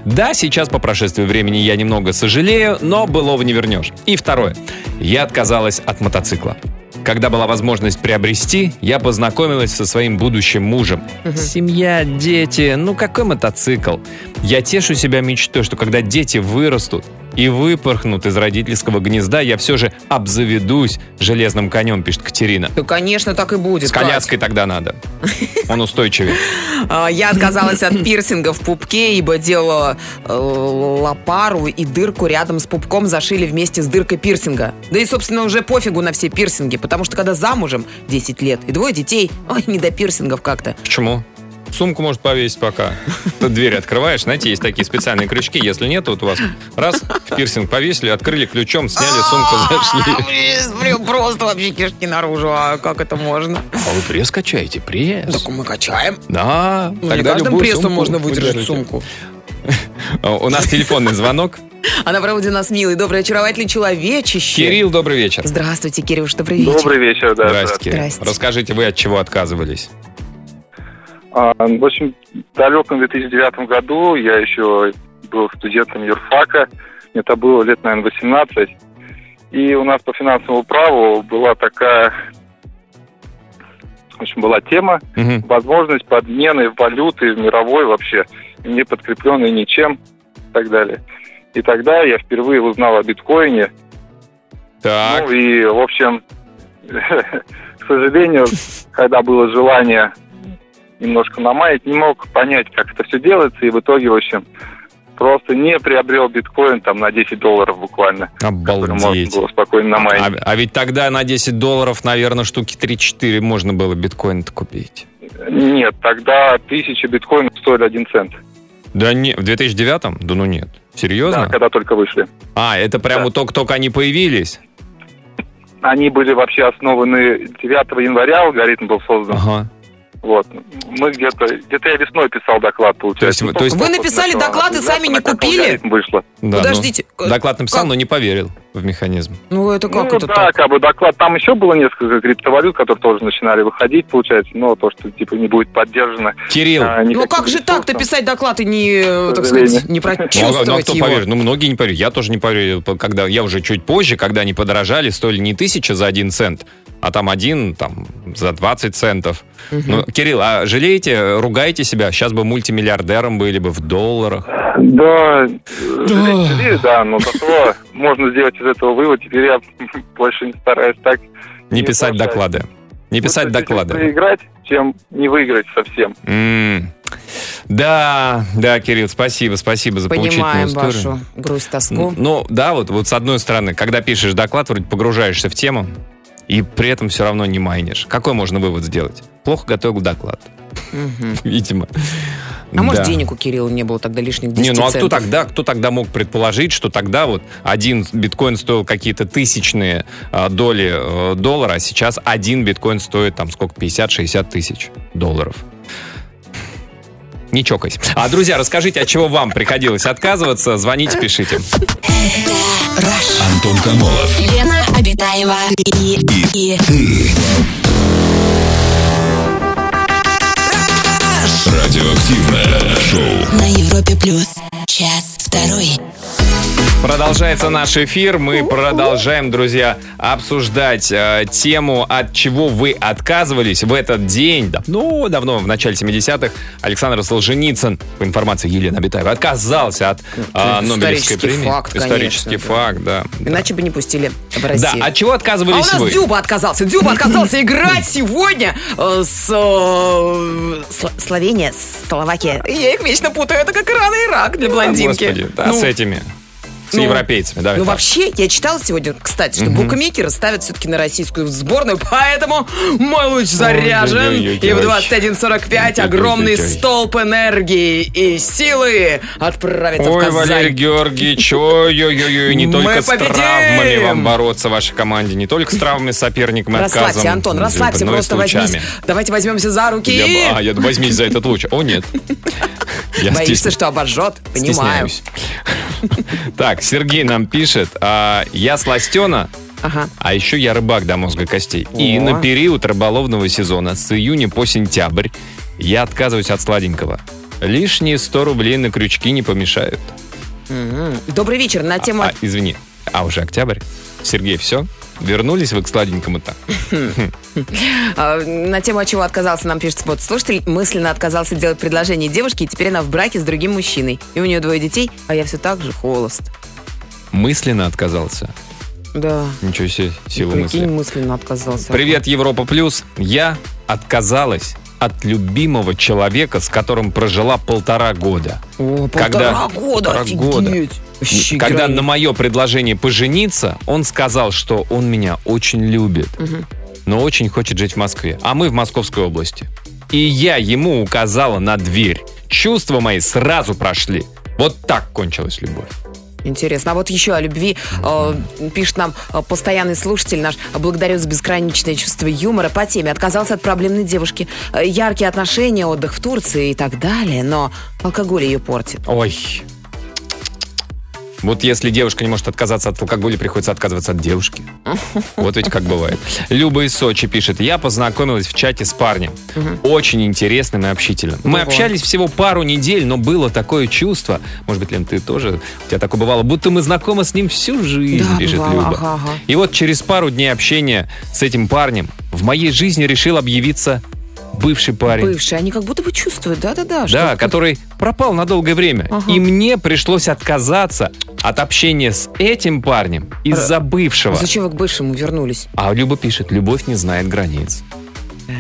[SPEAKER 3] Да, сейчас по прошествии времени я немного сожалею, но былого не вернешь. И второе. Я отказалась от мотоцикла. Когда была возможность приобрести, я познакомилась со своим будущим мужем. Семья, дети, ну какой мотоцикл? Я тешу себя мечтой, что когда дети вырастут и выпорхнут из родительского гнезда, я все же обзаведусь железным конем, пишет Катерина.
[SPEAKER 4] Ну, конечно, так и будет.
[SPEAKER 3] С коляской тогда надо. Он устойчивее.
[SPEAKER 4] Кать. А, Я отказалась от пирсинга в пупке, ибо делала э, лопару и дырку рядом с пупком зашили вместе с дыркой пирсинга. Да и, собственно, уже пофигу на все пирсинги, потому что когда замужем 10 лет и двое детей, ой, не до пирсингов как-то.
[SPEAKER 3] Почему? Сумку может повесить пока. Тут дверь открываешь, знаете, есть такие специальные крючки. Если нет, вот у вас раз в пирсинг повесили, открыли ключом, сняли сумку,
[SPEAKER 4] А,
[SPEAKER 3] зашли.
[SPEAKER 4] блин, Просто вообще кишки наружу, а как это можно?
[SPEAKER 3] А вы пресс качаете? Пресс?
[SPEAKER 4] Так мы качаем.
[SPEAKER 3] Да,
[SPEAKER 4] Ну, не
[SPEAKER 3] тогда
[SPEAKER 4] каждым
[SPEAKER 3] любую
[SPEAKER 4] прессом
[SPEAKER 3] сумку
[SPEAKER 4] можно выдержать
[SPEAKER 3] выдержите.
[SPEAKER 4] сумку.
[SPEAKER 3] А, У нас телефонный звонок.
[SPEAKER 4] А на проводе у нас милый, добрый, очаровательный человечище.
[SPEAKER 3] Кирилл, добрый вечер.
[SPEAKER 4] Здравствуйте, Кирюш, добрый вечер.
[SPEAKER 9] Добрый вечер, да.
[SPEAKER 3] Здрасте, Кирилл.
[SPEAKER 4] Здрасте.
[SPEAKER 3] Расскажите, вы от чего отказывались?
[SPEAKER 9] А, В очень далеком 2009 году я еще был студентом юрфака. Мне Это было лет, наверное, 18. И у нас по финансовому праву была такая... В общем, была тема,
[SPEAKER 3] Мгм.
[SPEAKER 9] возможность подмены валюты мировой вообще, не подкрепленной ничем и так далее. И тогда я впервые узнал о биткоине,
[SPEAKER 3] Так,
[SPEAKER 9] Ну и, в общем, к сожалению, когда было желание немножко намаять, не мог понять, как это все делается, и в итоге, в общем, просто не приобрел биткоин там на 10 долларов буквально, который можно
[SPEAKER 3] обалдеть.
[SPEAKER 9] было спокойно намаять.
[SPEAKER 3] А, а ведь тогда на 10 долларов, наверное, штуки 3-4 можно было биткоин-то купить.
[SPEAKER 9] Нет, тогда тысяча биткоинов стоили один цент,
[SPEAKER 3] Да не, в 2009-м? Да ну нет.
[SPEAKER 9] да,
[SPEAKER 3] Серьезно?
[SPEAKER 9] когда только вышли.
[SPEAKER 3] А, это прямо
[SPEAKER 9] Да.
[SPEAKER 3] вот только-только они появились?
[SPEAKER 9] Они были вообще основаны 9 января, алгоритм был создан.
[SPEAKER 3] Ага.
[SPEAKER 9] Вот. Мы где-то, где-то я весной писал доклад,
[SPEAKER 3] есть
[SPEAKER 9] получается.
[SPEAKER 3] вы- то есть-
[SPEAKER 9] Ну,
[SPEAKER 4] Вы написали
[SPEAKER 9] после этого
[SPEAKER 4] доклад и
[SPEAKER 9] организация,
[SPEAKER 4] сами не
[SPEAKER 9] на как
[SPEAKER 4] купили?
[SPEAKER 9] алгоритм Вышло.
[SPEAKER 3] Да, ну,
[SPEAKER 4] Подождите, э,
[SPEAKER 3] доклад написал,
[SPEAKER 4] как?
[SPEAKER 3] но не поверил в механизм.
[SPEAKER 4] Ну, это как
[SPEAKER 9] ну,
[SPEAKER 4] это
[SPEAKER 9] да,
[SPEAKER 4] так?
[SPEAKER 9] как бы доклад. Там еще было несколько криптовалют, которые тоже начинали выходить, получается, но то, что типа не будет поддержано.
[SPEAKER 3] Кирилл,
[SPEAKER 9] а,
[SPEAKER 4] Ну
[SPEAKER 9] никаким
[SPEAKER 4] как же
[SPEAKER 9] ресурсом.
[SPEAKER 4] так-то писать доклад и не, э,
[SPEAKER 9] К
[SPEAKER 4] так сказать,
[SPEAKER 9] сожалению.
[SPEAKER 4] не
[SPEAKER 3] Ну, а-
[SPEAKER 4] прочувствовать
[SPEAKER 3] ну, а кто
[SPEAKER 4] его?
[SPEAKER 3] поверит? Ну, многие не поверили. Я тоже не поверил, по- когда я уже чуть позже, когда они подорожали, стоили не тысяча за один цент, а там один там за 20 центов. Ну, Кирилл, а жалеете, ругаете себя? Сейчас бы мультимиллиардером были бы в долларах.
[SPEAKER 9] Да, жалеть жалею, да, но зато можно сделать из этого вывод. Теперь я больше не стараюсь так.
[SPEAKER 3] Не
[SPEAKER 9] Не
[SPEAKER 3] писать
[SPEAKER 9] бросать.
[SPEAKER 3] доклады. Не писать
[SPEAKER 9] Лучше чуть-чуть
[SPEAKER 3] доклады.
[SPEAKER 9] Проиграть, чем не выиграть совсем.
[SPEAKER 3] М. Да, да, Кирилл, спасибо, спасибо за поучительную
[SPEAKER 4] Понимаем
[SPEAKER 3] историю.
[SPEAKER 4] вашу грусть, тоску.
[SPEAKER 3] Н- Ну, да, вот, вот с одной стороны, когда пишешь доклад, вроде погружаешься в тему, и при этом все равно не майнишь. Какой можно вывод сделать? Плохо готовил доклад,
[SPEAKER 4] Мгм.
[SPEAKER 3] видимо.
[SPEAKER 4] А может,
[SPEAKER 3] Да.
[SPEAKER 4] денег у Кирилла не было тогда лишних 10
[SPEAKER 3] Не, ну а кто
[SPEAKER 4] центов?
[SPEAKER 3] тогда, кто тогда мог предположить, что тогда вот один биткоин стоил какие-то тысячные а, доли э, доллара, а сейчас один биткоин стоит там сколько, 50-60 тысяч долларов. Не чокайся. А, друзья, расскажите, от чего вам приходилось отказываться. Звоните, пишите.
[SPEAKER 1] Антон Камолов.
[SPEAKER 2] Лена Обитаева и, и
[SPEAKER 1] Радиоактивное шоу.
[SPEAKER 2] на Европе плюс час второй.
[SPEAKER 3] Продолжается наш эфир. Мы продолжаем, друзья, обсуждать э, тему, от чего вы отказывались в этот день. Ну, давно, в начале 70-х, Александр Солженицын, по информации Елены Абитаева, отказался от э,
[SPEAKER 4] Это
[SPEAKER 3] Нобелевской
[SPEAKER 4] исторический
[SPEAKER 3] премии.
[SPEAKER 4] факт, конечно,
[SPEAKER 3] Исторический
[SPEAKER 4] да.
[SPEAKER 3] факт, да.
[SPEAKER 4] Иначе бы не пустили в
[SPEAKER 3] Да,
[SPEAKER 4] Россию.
[SPEAKER 3] от чего
[SPEAKER 4] а у
[SPEAKER 3] отказывались
[SPEAKER 4] нас
[SPEAKER 3] вы?
[SPEAKER 4] Дюба отказался. Дюба отказался играть сегодня э, с... э, Сло- Словения, Словакия. Я их вечно путаю. Это как рана и рак для
[SPEAKER 3] А,
[SPEAKER 4] блондинки.
[SPEAKER 3] Господи, да,
[SPEAKER 4] Ну,
[SPEAKER 3] с этими, с
[SPEAKER 4] ну,
[SPEAKER 3] европейцами. Давай
[SPEAKER 4] Ну,
[SPEAKER 3] так.
[SPEAKER 4] вообще, я читала сегодня, кстати, что букмекеры ставят все-таки на российскую сборную, поэтому мой луч заряжен.
[SPEAKER 3] Ой-ой-ой-ой.
[SPEAKER 4] И в 21.45 огромный
[SPEAKER 3] Ой-ой-ой-ой.
[SPEAKER 4] столп энергии и силы отправится в
[SPEAKER 3] Ой,
[SPEAKER 4] Казань.
[SPEAKER 3] Валерий Георгиевич, ой-ой-ой, не
[SPEAKER 4] Мы
[SPEAKER 3] только
[SPEAKER 4] победим!
[SPEAKER 3] с травмами вам бороться вашей команде, не только с травмами соперником и
[SPEAKER 4] Расслабься,
[SPEAKER 3] отказом,
[SPEAKER 4] Антон, расслабься,
[SPEAKER 3] но и с
[SPEAKER 4] просто возьмись.
[SPEAKER 3] лучами.
[SPEAKER 4] Давайте возьмемся за руки.
[SPEAKER 3] Я б- а, я думаю, возьмись за этот луч. О, нет. Я
[SPEAKER 4] Боишься,
[SPEAKER 3] стесня-
[SPEAKER 4] что обожжет? Понимаю.
[SPEAKER 3] стесняюсь. Так, Сергей нам пишет. а, Я сластена,
[SPEAKER 4] Ага.
[SPEAKER 3] а еще я рыбак до мозга костей. И
[SPEAKER 4] О.
[SPEAKER 3] на период рыболовного сезона с июня по сентябрь я отказываюсь от сладенького. Лишние 100 рублей на крючки не помешают.
[SPEAKER 4] Мгм. Добрый вечер. На тему...
[SPEAKER 3] А, извини, а уже октябрь. Сергей, все? Вернулись вы к сладенькому-то?
[SPEAKER 4] А, На тему, от чего отказался, нам пишет вот слушатель, мысленно отказался делать предложение девушке, и теперь она в браке с другим мужчиной. И у нее двое детей, а я все так же холост.
[SPEAKER 3] Мысленно отказался.
[SPEAKER 4] Да.
[SPEAKER 3] Ничего себе, сила
[SPEAKER 4] Прикинь,
[SPEAKER 3] мысли.
[SPEAKER 4] мысленно отказался.
[SPEAKER 3] Привет, Европа Плюс. Я отказалась от любимого человека, с которым прожила полтора года.
[SPEAKER 4] О,
[SPEAKER 3] Когда-
[SPEAKER 4] полтора года,
[SPEAKER 3] полтора
[SPEAKER 4] офигеть.
[SPEAKER 3] года.
[SPEAKER 4] Вообще
[SPEAKER 3] Когда
[SPEAKER 4] героиня.
[SPEAKER 3] на мое предложение пожениться, он сказал, что он меня очень любит,
[SPEAKER 4] Мгм.
[SPEAKER 3] но очень хочет жить в Москве. А мы в Московской области. И я ему указала на дверь. Чувства мои сразу прошли. Вот так кончилась любовь.
[SPEAKER 4] Интересно. А вот еще о любви э, пишет нам э, постоянный слушатель наш. а, Благодарю за бесграничное чувство юмора по теме. Отказался от проблемной девушки. Э, яркие отношения, отдых в Турции и так далее. Но алкоголь ее портит.
[SPEAKER 3] Ой. Вот если девушка не может отказаться от алкоголя, приходится отказываться от девушки. Вот ведь как бывает. Люба из Сочи пишет. Я познакомилась в чате с парнем. Очень интересным и общительным. Мы
[SPEAKER 4] Ого.
[SPEAKER 3] общались всего пару недель, но было такое чувство. Может быть, Лен, ты тоже? У тебя такое бывало. Будто мы знакомы с ним всю жизнь,
[SPEAKER 4] Да,
[SPEAKER 3] пишет
[SPEAKER 4] бывало.
[SPEAKER 3] Люба.
[SPEAKER 4] Ага, ага.
[SPEAKER 3] И вот через пару дней общения с этим парнем в моей жизни решил объявиться бывший парень.
[SPEAKER 4] Бывшие, они как будто бы чувствуют, да-да-да.
[SPEAKER 3] Да,
[SPEAKER 4] что-
[SPEAKER 3] который пропал на долгое время.
[SPEAKER 4] Ага.
[SPEAKER 3] И мне пришлось отказаться от общения с этим парнем из-за бывшего.
[SPEAKER 4] Зачем вы к бывшему вернулись?
[SPEAKER 3] А Люба пишет, любовь не знает границ.
[SPEAKER 4] Э.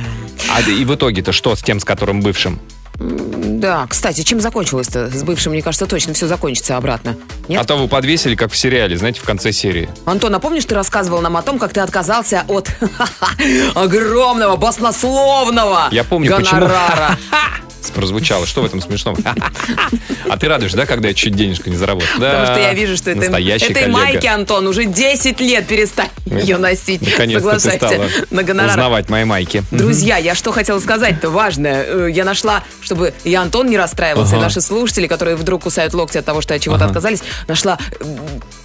[SPEAKER 3] А и в итоге-то что с тем, с которым бывшим?
[SPEAKER 4] М, Да, кстати, чем закончилось-то? С бывшим, мне кажется, точно все закончится обратно. Нет?
[SPEAKER 3] А то вы подвесили, как в сериале, знаете, в конце серии.
[SPEAKER 4] Антон, а помнишь, ты рассказывал нам о том, как ты отказался от огромного, баснословного
[SPEAKER 3] Я помню, почему.
[SPEAKER 4] гонорара?
[SPEAKER 3] Прозвучало. Что в этом смешном? А ты радуешь, да, когда я чуть денежку не заработал?
[SPEAKER 4] Потому что
[SPEAKER 3] Да,
[SPEAKER 4] я вижу, что это,
[SPEAKER 3] настоящий
[SPEAKER 4] этой
[SPEAKER 3] коллега.
[SPEAKER 4] майке, Антон, уже 10 лет перестань ее носить.
[SPEAKER 3] Наконец-то ты стала
[SPEAKER 4] Соглашайся на гонорар.
[SPEAKER 3] узнавать мои майки.
[SPEAKER 4] Друзья, я что хотела сказать-то важное. Э, Я нашла, чтобы и Антон не расстраивался, и
[SPEAKER 3] Ага.
[SPEAKER 4] наши слушатели, которые вдруг кусают локти от того, что от чего-то
[SPEAKER 3] Ага.
[SPEAKER 4] отказались, нашла э,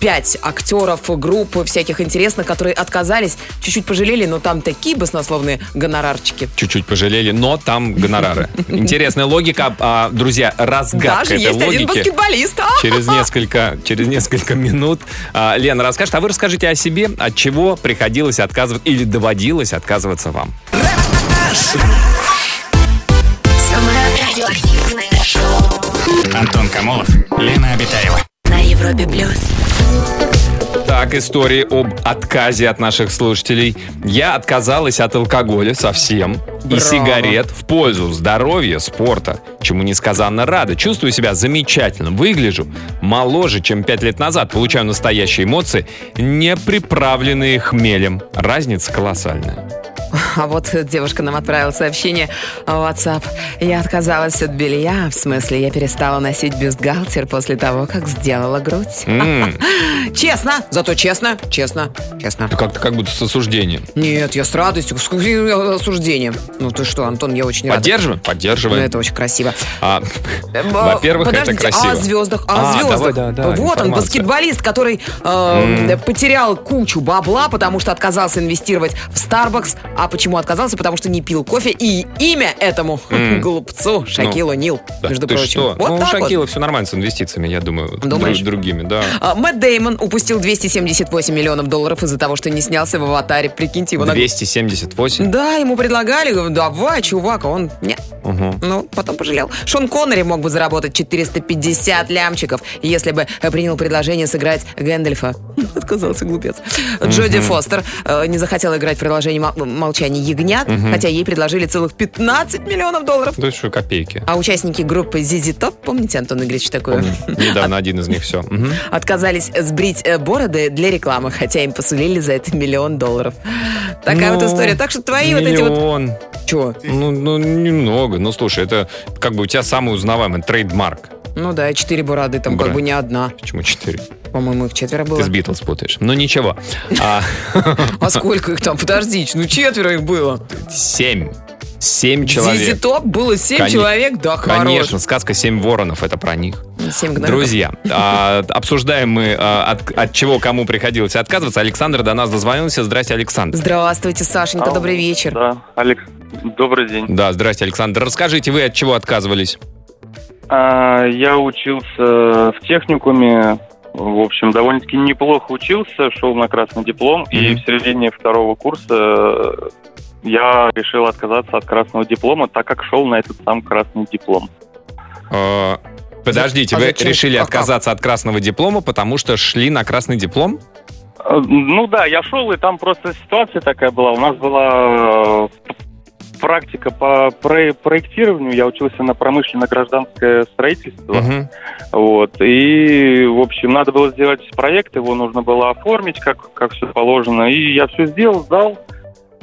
[SPEAKER 4] пять актеров, групп всяких интересных, которые отказались, чуть-чуть пожалели, но там такие баснословные гонорарчики.
[SPEAKER 3] чуть-чуть пожалели, но там гонорары. Интересная логика, а, друзья, разгадка
[SPEAKER 4] Даже
[SPEAKER 3] этой
[SPEAKER 4] есть один
[SPEAKER 3] логики.
[SPEAKER 4] баскетболист. А!
[SPEAKER 3] Через несколько, через несколько минут а, Лена расскажет, а вы расскажите о себе, от чего приходилось отказываться или доводилось отказываться вам.
[SPEAKER 2] Самое радиоактивное шоу
[SPEAKER 6] Антон Камолов, Лена Обитаева.
[SPEAKER 2] на Европе плюс.
[SPEAKER 3] Так, истории об отказе от наших слушателей. Я отказалась от алкоголя совсем и
[SPEAKER 4] Браво.
[SPEAKER 3] сигарет в пользу здоровья, спорта, чему несказанно рада. Чувствую себя замечательно, выгляжу моложе, чем пять лет назад, получаю настоящие эмоции, не приправленные хмелем. Разница колоссальная.
[SPEAKER 4] А вот девушка нам отправила сообщение в WhatsApp. Я отказалась от белья, в смысле, я перестала носить бюстгальтер после того, как сделала грудь.
[SPEAKER 3] М, Хм.
[SPEAKER 4] Честно, зато честно, честно, честно.
[SPEAKER 3] это как-то как будто с осуждением.
[SPEAKER 4] Нет, я с радостью, с каким осуждением. Ну ты что, Антон, я очень рада.
[SPEAKER 3] Поддерживаем?
[SPEAKER 4] Ну,
[SPEAKER 3] Поддерживаем.
[SPEAKER 4] это очень красиво.
[SPEAKER 3] А,
[SPEAKER 4] Э, б-
[SPEAKER 3] Во-первых, это
[SPEAKER 4] подождите,
[SPEAKER 3] красиво.
[SPEAKER 4] А о звездах,
[SPEAKER 3] А,
[SPEAKER 4] а о
[SPEAKER 3] давай,
[SPEAKER 4] звездах.
[SPEAKER 3] да, да,
[SPEAKER 4] вот он,
[SPEAKER 3] информация.
[SPEAKER 4] баскетболист, который э, потерял кучу бабла, потому что отказался инвестировать в Starbucks. А почему отказался? Потому что не пил кофе. И имя этому
[SPEAKER 3] М. Ну,
[SPEAKER 4] глупцу Шакилу Нил,
[SPEAKER 3] да,
[SPEAKER 4] между
[SPEAKER 3] ты
[SPEAKER 4] прочим.
[SPEAKER 3] что?
[SPEAKER 4] Вот
[SPEAKER 3] ну, у
[SPEAKER 4] так вот.
[SPEAKER 3] Шакила все нормально с инвестициями, я думаю. друг-
[SPEAKER 4] Думаешь?
[SPEAKER 3] другими, да.
[SPEAKER 4] А, Мэтт Деймон упустил 278 миллионов долларов из-за того, что не снялся в аватаре. Прикиньте, его на
[SPEAKER 3] 278.
[SPEAKER 4] Да, ему предлагали, говорю, давай, чувак, а он, не,
[SPEAKER 3] Мгм.
[SPEAKER 4] ну, потом пожалел. Шон Коннери мог бы заработать 450 лямчиков, если бы э, принял предложение сыграть Гэндальфа. Отказался глупец. Джоди Фостер э, не захотела играть в предложение «Мол- «Молчание ягнят», хотя ей предложили целых 15 миллионов долларов.
[SPEAKER 3] Да что, копейки.
[SPEAKER 4] А участники группы ZZ Top, помните, Антон Игоревич, такую?
[SPEAKER 3] Помню. Недавно один из них все.
[SPEAKER 4] Отказались сбрить э, бороды для рекламы, хотя им посулили за это миллион долларов. Такая вот история. Так что твои вот эти вот... Чего?
[SPEAKER 3] Ну, ну, немного. Ну, слушай, это как бы у тебя самый узнаваемый трейдмарк.
[SPEAKER 4] Ну да, и четыре бороды, там
[SPEAKER 3] Бра.
[SPEAKER 4] как бы не одна.
[SPEAKER 3] Почему четыре?
[SPEAKER 4] По-моему, их четверо было.
[SPEAKER 3] Ты с Битлз путаешь. Ну, ничего. А,
[SPEAKER 4] А сколько их там? Подожди, ну четверо их было.
[SPEAKER 3] семь. Семь
[SPEAKER 4] Зизи
[SPEAKER 3] человек.
[SPEAKER 4] Топ было семь
[SPEAKER 3] Коне-
[SPEAKER 4] человек, да, хорош.
[SPEAKER 3] Конечно, сказка «Семь воронов» — это про них.
[SPEAKER 4] Семь гномиков.
[SPEAKER 3] Друзья, а, обсуждаем мы, а, от, от чего кому приходилось отказываться. Александр до нас дозвонился. Здрасте, Александр.
[SPEAKER 4] Здравствуйте, Сашенька,
[SPEAKER 5] Алло.
[SPEAKER 4] добрый вечер.
[SPEAKER 5] Да, Алекс, добрый день.
[SPEAKER 3] Да, здрасте, Александр. Расскажите, вы от чего отказывались?
[SPEAKER 10] А, я учился в техникуме. В общем, довольно-таки неплохо учился, шел на красный диплом, и
[SPEAKER 3] Мгм.
[SPEAKER 10] в середине второго курса э, я решил отказаться от красного диплома, так как шел на этот сам красный диплом.
[SPEAKER 3] Э, Подождите,
[SPEAKER 4] А
[SPEAKER 3] вы
[SPEAKER 4] зачем?
[SPEAKER 3] решили
[SPEAKER 4] А как?
[SPEAKER 3] отказаться от красного диплома, потому что шли на красный диплом?
[SPEAKER 10] Э, Ну да, я шел, и там просто ситуация такая была. У нас была э, п- практика по про- проектированию, я учился на промышленно-гражданское строительство.
[SPEAKER 3] Мгм.
[SPEAKER 10] Вот. И, в общем, надо было сделать проект, его нужно было оформить, как, как все положено. И я все сделал, сдал.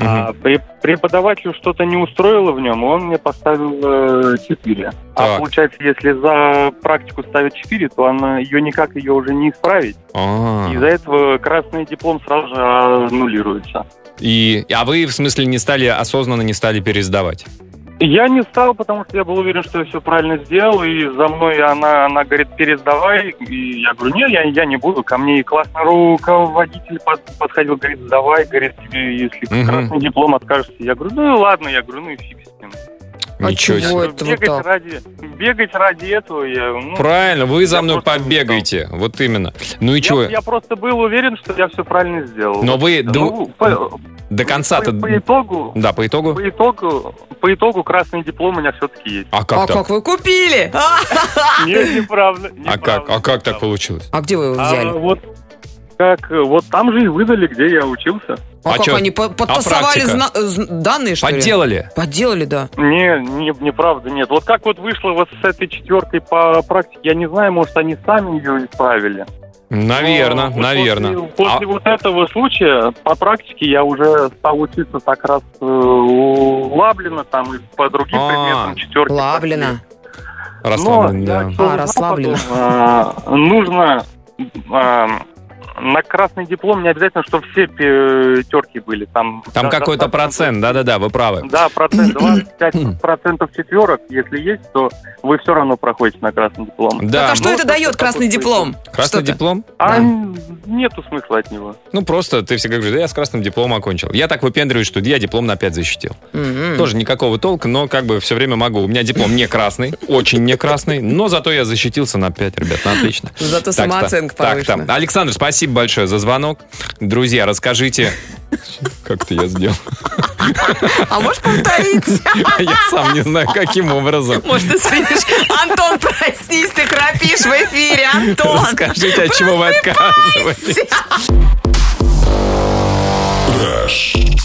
[SPEAKER 10] А пре- преподавателю что-то не устроило в нем, и он мне поставил 4.
[SPEAKER 3] Так.
[SPEAKER 10] А получается, если за практику ставят 4, то она ее никак ее уже не исправить.
[SPEAKER 3] А.
[SPEAKER 10] Из-за этого красный диплом сразу же аннулируется.
[SPEAKER 3] И, а вы, в смысле, не стали, осознанно не стали пересдавать?
[SPEAKER 10] Я не стал, потому что я был уверен, что я все правильно сделал, и за мной она, она говорит, пересдавай, и я говорю, нет, я, я не буду, ко мне и классный руководитель под- подходил, говорит, сдавай, говорит, тебе, если
[SPEAKER 3] Мгм.
[SPEAKER 10] красный диплом откажешься. Я говорю, ну и ладно, я говорю, ну и фиг с ним.
[SPEAKER 4] А
[SPEAKER 3] Ничего
[SPEAKER 4] чего?
[SPEAKER 3] себе.
[SPEAKER 4] Вот, вот
[SPEAKER 10] бегать,
[SPEAKER 4] так.
[SPEAKER 10] ради, бегать ради этого, я, ну,
[SPEAKER 3] Правильно, вы за
[SPEAKER 10] Я
[SPEAKER 3] мной
[SPEAKER 10] просто не
[SPEAKER 3] побегаете. Вот именно. Ну и
[SPEAKER 10] я,
[SPEAKER 3] чего?
[SPEAKER 10] я просто был уверен, что я все правильно сделал.
[SPEAKER 3] Но вы до,
[SPEAKER 10] Ну, по-
[SPEAKER 3] до конца-то...
[SPEAKER 10] по- по итогу,
[SPEAKER 3] Да, по итогу?
[SPEAKER 10] по итогу, по итогу красный диплом у меня все-таки есть.
[SPEAKER 3] А как
[SPEAKER 4] А
[SPEAKER 3] так?
[SPEAKER 4] как вы купили? А,
[SPEAKER 10] Нет, неправда.
[SPEAKER 3] А как? А как так получилось?
[SPEAKER 4] А где вы его
[SPEAKER 10] А
[SPEAKER 4] взяли?
[SPEAKER 10] вот как э, вот там же и выдали, где я учился.
[SPEAKER 4] А
[SPEAKER 3] а
[SPEAKER 4] как
[SPEAKER 3] чё?
[SPEAKER 4] они по- подтасовали
[SPEAKER 3] практика?
[SPEAKER 4] зна- э, зн- данные, что ли?
[SPEAKER 3] Подделали.
[SPEAKER 4] Подделали, да.
[SPEAKER 10] Не, не, неправда, нет. Вот как вот вышло вот с этой четверкой по практике, я не знаю, может, они сами ее исправили. Но
[SPEAKER 3] Наверное,
[SPEAKER 10] Ну, вот
[SPEAKER 3] наверное.
[SPEAKER 10] После, после вот этого случая по практике я уже стал учиться так раз э, у Лаблина там и по другим
[SPEAKER 3] А,
[SPEAKER 10] предметам четверки.
[SPEAKER 4] Лаблина.
[SPEAKER 3] А, расслаблен,
[SPEAKER 10] Но
[SPEAKER 3] да.
[SPEAKER 10] я что узнал
[SPEAKER 4] А, расслаблено.
[SPEAKER 10] потом, а, нужно а, на красный диплом не обязательно, что все пятерки были. Там,
[SPEAKER 3] Там
[SPEAKER 10] да-
[SPEAKER 3] какой-то
[SPEAKER 10] достаточно-
[SPEAKER 3] процент, да-да-да, вы правы.
[SPEAKER 10] Да, процент 25 процентов четверок. Если есть, то вы все равно проходите на красный диплом.
[SPEAKER 4] Так
[SPEAKER 3] Да,
[SPEAKER 4] а что
[SPEAKER 10] ну,
[SPEAKER 4] это
[SPEAKER 10] так
[SPEAKER 4] дает
[SPEAKER 10] вот
[SPEAKER 4] красный
[SPEAKER 10] такой
[SPEAKER 4] диплом?
[SPEAKER 3] красный
[SPEAKER 4] Что-то.
[SPEAKER 3] диплом?
[SPEAKER 10] А
[SPEAKER 4] Да.
[SPEAKER 10] нету смысла от него.
[SPEAKER 3] Ну, просто ты всегда говоришь, да я с красным дипломом окончил. Я так выпендриваюсь, что я диплом на 5 защитил.
[SPEAKER 4] Мгм.
[SPEAKER 3] Тоже никакого толка, но как бы все время могу. У меня диплом не красный, очень не красный, но зато я защитился на 5, ребят, на отлично. Так-то,
[SPEAKER 4] Зато самооценка
[SPEAKER 3] так-то.
[SPEAKER 4] повышена.
[SPEAKER 3] Александр, спасибо большое за звонок. Друзья, расскажите... Как-то я сделал. А
[SPEAKER 4] А можешь повторить?
[SPEAKER 3] Я сам не знаю, каким образом.
[SPEAKER 4] Может, ты спишь? Антон, проснись, ты храпишь в эфире, Антон.
[SPEAKER 3] Расскажите, от чего вы отказываетесь.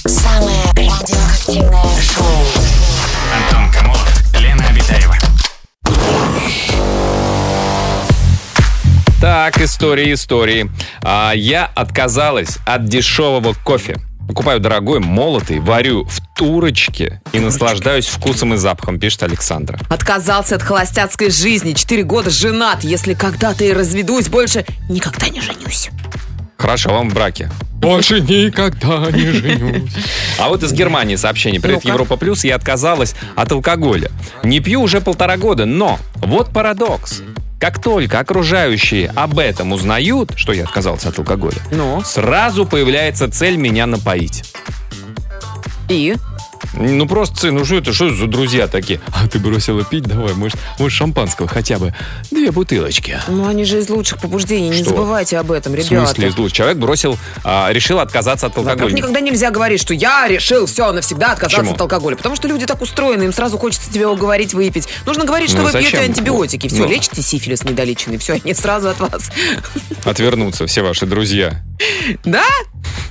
[SPEAKER 2] Самое радиоактивное шоу.
[SPEAKER 6] Антон Камолов, Лена Обитаева.
[SPEAKER 3] Так, истории, истории. А, я отказалась от дешевого кофе. Покупаю дорогой, молотый, варю в турочке и наслаждаюсь вкусом и запахом, пишет Александра.
[SPEAKER 4] Отказался от холостяцкой жизни, четыре года женат. Если когда-то и разведусь, больше никогда не женюсь.
[SPEAKER 3] Хорошо, вам в браке. Больше никогда не женюсь. А вот из Германии сообщение. Привет,
[SPEAKER 4] Ну-ка.
[SPEAKER 3] Европа Плюс. Я отказалась от алкоголя. Не пью уже полтора года, но вот парадокс. Как только окружающие об этом узнают, что я отказался от алкоголя,
[SPEAKER 4] Ну,
[SPEAKER 3] сразу появляется цель меня напоить.
[SPEAKER 4] и?
[SPEAKER 3] Ну просто, сын, ну что это, что за друзья такие? А ты бросила пить, давай, может, может шампанского хотя бы две бутылочки.
[SPEAKER 4] Ну, они же из лучших побуждений, не
[SPEAKER 3] Что?
[SPEAKER 4] забывайте об этом,
[SPEAKER 3] В смысле,
[SPEAKER 4] ребята.
[SPEAKER 3] злой человек бросил, а, решил отказаться от
[SPEAKER 4] Во-первых,
[SPEAKER 3] алкоголя.
[SPEAKER 4] никогда нельзя говорить, что я решил все навсегда отказаться
[SPEAKER 3] Почему?
[SPEAKER 4] от алкоголя. Потому что люди так устроены, им сразу хочется тебя уговорить выпить. Нужно говорить, что
[SPEAKER 3] Ну,
[SPEAKER 4] вы пьете
[SPEAKER 3] зачем?
[SPEAKER 4] антибиотики. Все,
[SPEAKER 3] Ну.
[SPEAKER 4] лечите сифилис недолеченный. Все, они сразу от вас.
[SPEAKER 3] Отвернутся все ваши друзья.
[SPEAKER 4] Да?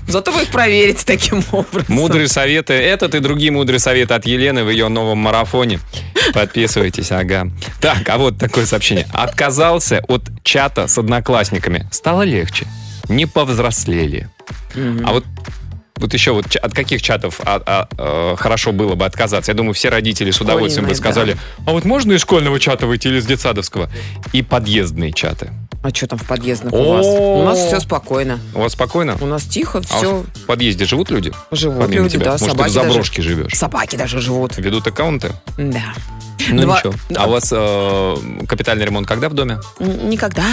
[SPEAKER 4] Зато вы их проверите таким образом.
[SPEAKER 3] Мудрые советы, этот и другие мудрые советы от Елены в ее новом марафоне. Подписывайтесь, ага. Так, а вот такое сообщение. Отказался от чата с одноклассниками. Стало легче. Не повзрослели. А вот вот еще вот ча- от каких чатов а- а, э, хорошо было бы отказаться? Я думаю, все родители с удовольствием бы
[SPEAKER 4] Школьные,
[SPEAKER 3] сказали, а вот можно из школьного чата выйти или из детсадовского? И подъездные чаты.
[SPEAKER 4] А что там в подъездных у вас?
[SPEAKER 3] О.
[SPEAKER 4] У нас все спокойно.
[SPEAKER 3] У вас спокойно?
[SPEAKER 4] У нас тихо,
[SPEAKER 3] А у
[SPEAKER 4] все.
[SPEAKER 3] вас в подъезде живут люди?
[SPEAKER 4] Живут
[SPEAKER 3] Помимо
[SPEAKER 4] люди,
[SPEAKER 3] тебя?
[SPEAKER 4] да,
[SPEAKER 3] Может, ты в
[SPEAKER 4] собаки даже.
[SPEAKER 3] заброшке живешь?
[SPEAKER 4] Собаки даже живут.
[SPEAKER 3] Ведут аккаунты?
[SPEAKER 4] Да.
[SPEAKER 3] Ну
[SPEAKER 4] Два-
[SPEAKER 3] ничего. А у вас э, капитальный ремонт когда в доме?
[SPEAKER 4] Н- Никогда.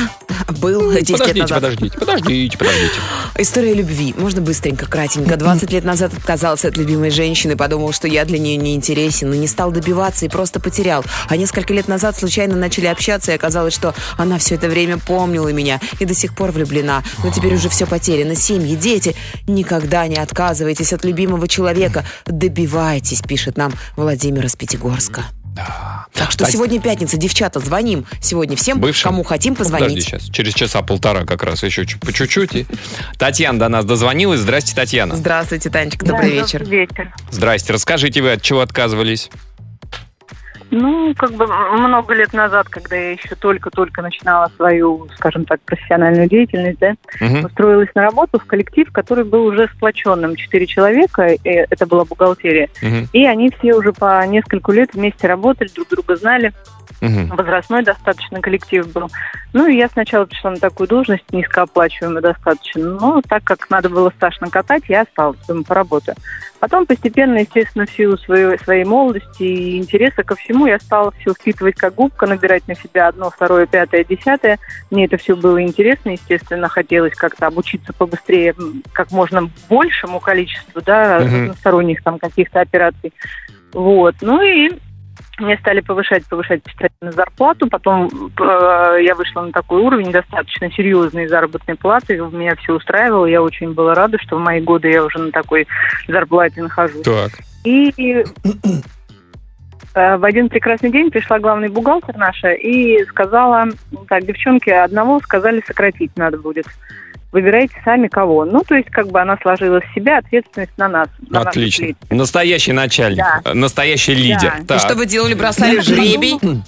[SPEAKER 4] Был 10 лет
[SPEAKER 3] Подождите,
[SPEAKER 4] назад.
[SPEAKER 3] подождите, подождите, подождите.
[SPEAKER 4] История любви. Можно быстренько, кратенько. 20 лет назад отказался от любимой женщины, подумал, что я для нее не интересен, и не стал добиваться и просто потерял. А несколько лет назад случайно начали общаться, и оказалось, что она все это время помнила меня и до сих пор влюблена. Но теперь уже все потеряно. Семьи, дети. Никогда не отказывайтесь от любимого человека. Добивайтесь, пишет нам Владимир из Пятигорска. Так что
[SPEAKER 3] Кстати,
[SPEAKER 4] сегодня пятница, девчата, звоним сегодня всем,
[SPEAKER 3] Бывшим? Ну,
[SPEAKER 4] кому хотим
[SPEAKER 3] Подожди
[SPEAKER 4] позвонить.
[SPEAKER 3] сейчас. Через часа полтора как раз еще чуть- по чуть-чуть. и- Татьяна до нас дозвонилась. Здрасте, Татьяна.
[SPEAKER 4] Здравствуйте, Танечка, добрый
[SPEAKER 11] Да,
[SPEAKER 4] вечер.
[SPEAKER 11] добрый вечер.
[SPEAKER 3] Здрасте. Расскажите вы, от чего отказывались?
[SPEAKER 11] Ну, как бы много лет назад, когда я еще только-только начинала свою, скажем так, профессиональную деятельность, да,
[SPEAKER 3] Мгм.
[SPEAKER 11] устроилась на работу в коллектив, который был уже сплоченным. Четыре человека, э, это была бухгалтерия.
[SPEAKER 3] Мгм.
[SPEAKER 11] И они все уже по нескольку лет вместе работали, друг друга знали.
[SPEAKER 3] Мгм.
[SPEAKER 11] Возрастной достаточно коллектив был. Ну, и я сначала пришла на такую должность, низкооплачиваемую достаточно. Но так как надо было стаж накатать, я осталась дома по работе. Потом постепенно, естественно, в силу своей, своей молодости и интереса ко всему, я стала все впитывать как губка, набирать на себя одно, второе, пятое, десятое. Мне это все было интересно, естественно, хотелось как-то обучиться побыстрее, м, как можно большему количеству, да,
[SPEAKER 3] Мгм.
[SPEAKER 11] разносторонних там каких-то операций. Вот, ну и мне стали повышать, повышать постепенно зарплату. Потом э, я вышла на такой уровень достаточно серьезной заработной платы. Меня все устраивало. Я очень была рада, что в мои годы я уже на такой зарплате нахожусь.
[SPEAKER 3] Так.
[SPEAKER 11] И э, в один прекрасный день пришла главный бухгалтер наша и сказала, так, девчонки, одного сказали сократить надо будет. Выбирайте сами кого. Ну, то есть, как бы она сложила с себя ответственность на нас. на нас
[SPEAKER 3] Отлично.
[SPEAKER 11] людей.
[SPEAKER 3] Настоящий начальник.
[SPEAKER 11] Да.
[SPEAKER 3] э, Настоящий лидер.
[SPEAKER 4] И
[SPEAKER 3] Так.
[SPEAKER 4] что вы делали? Бросали
[SPEAKER 11] Я
[SPEAKER 4] жребий?
[SPEAKER 11] ну,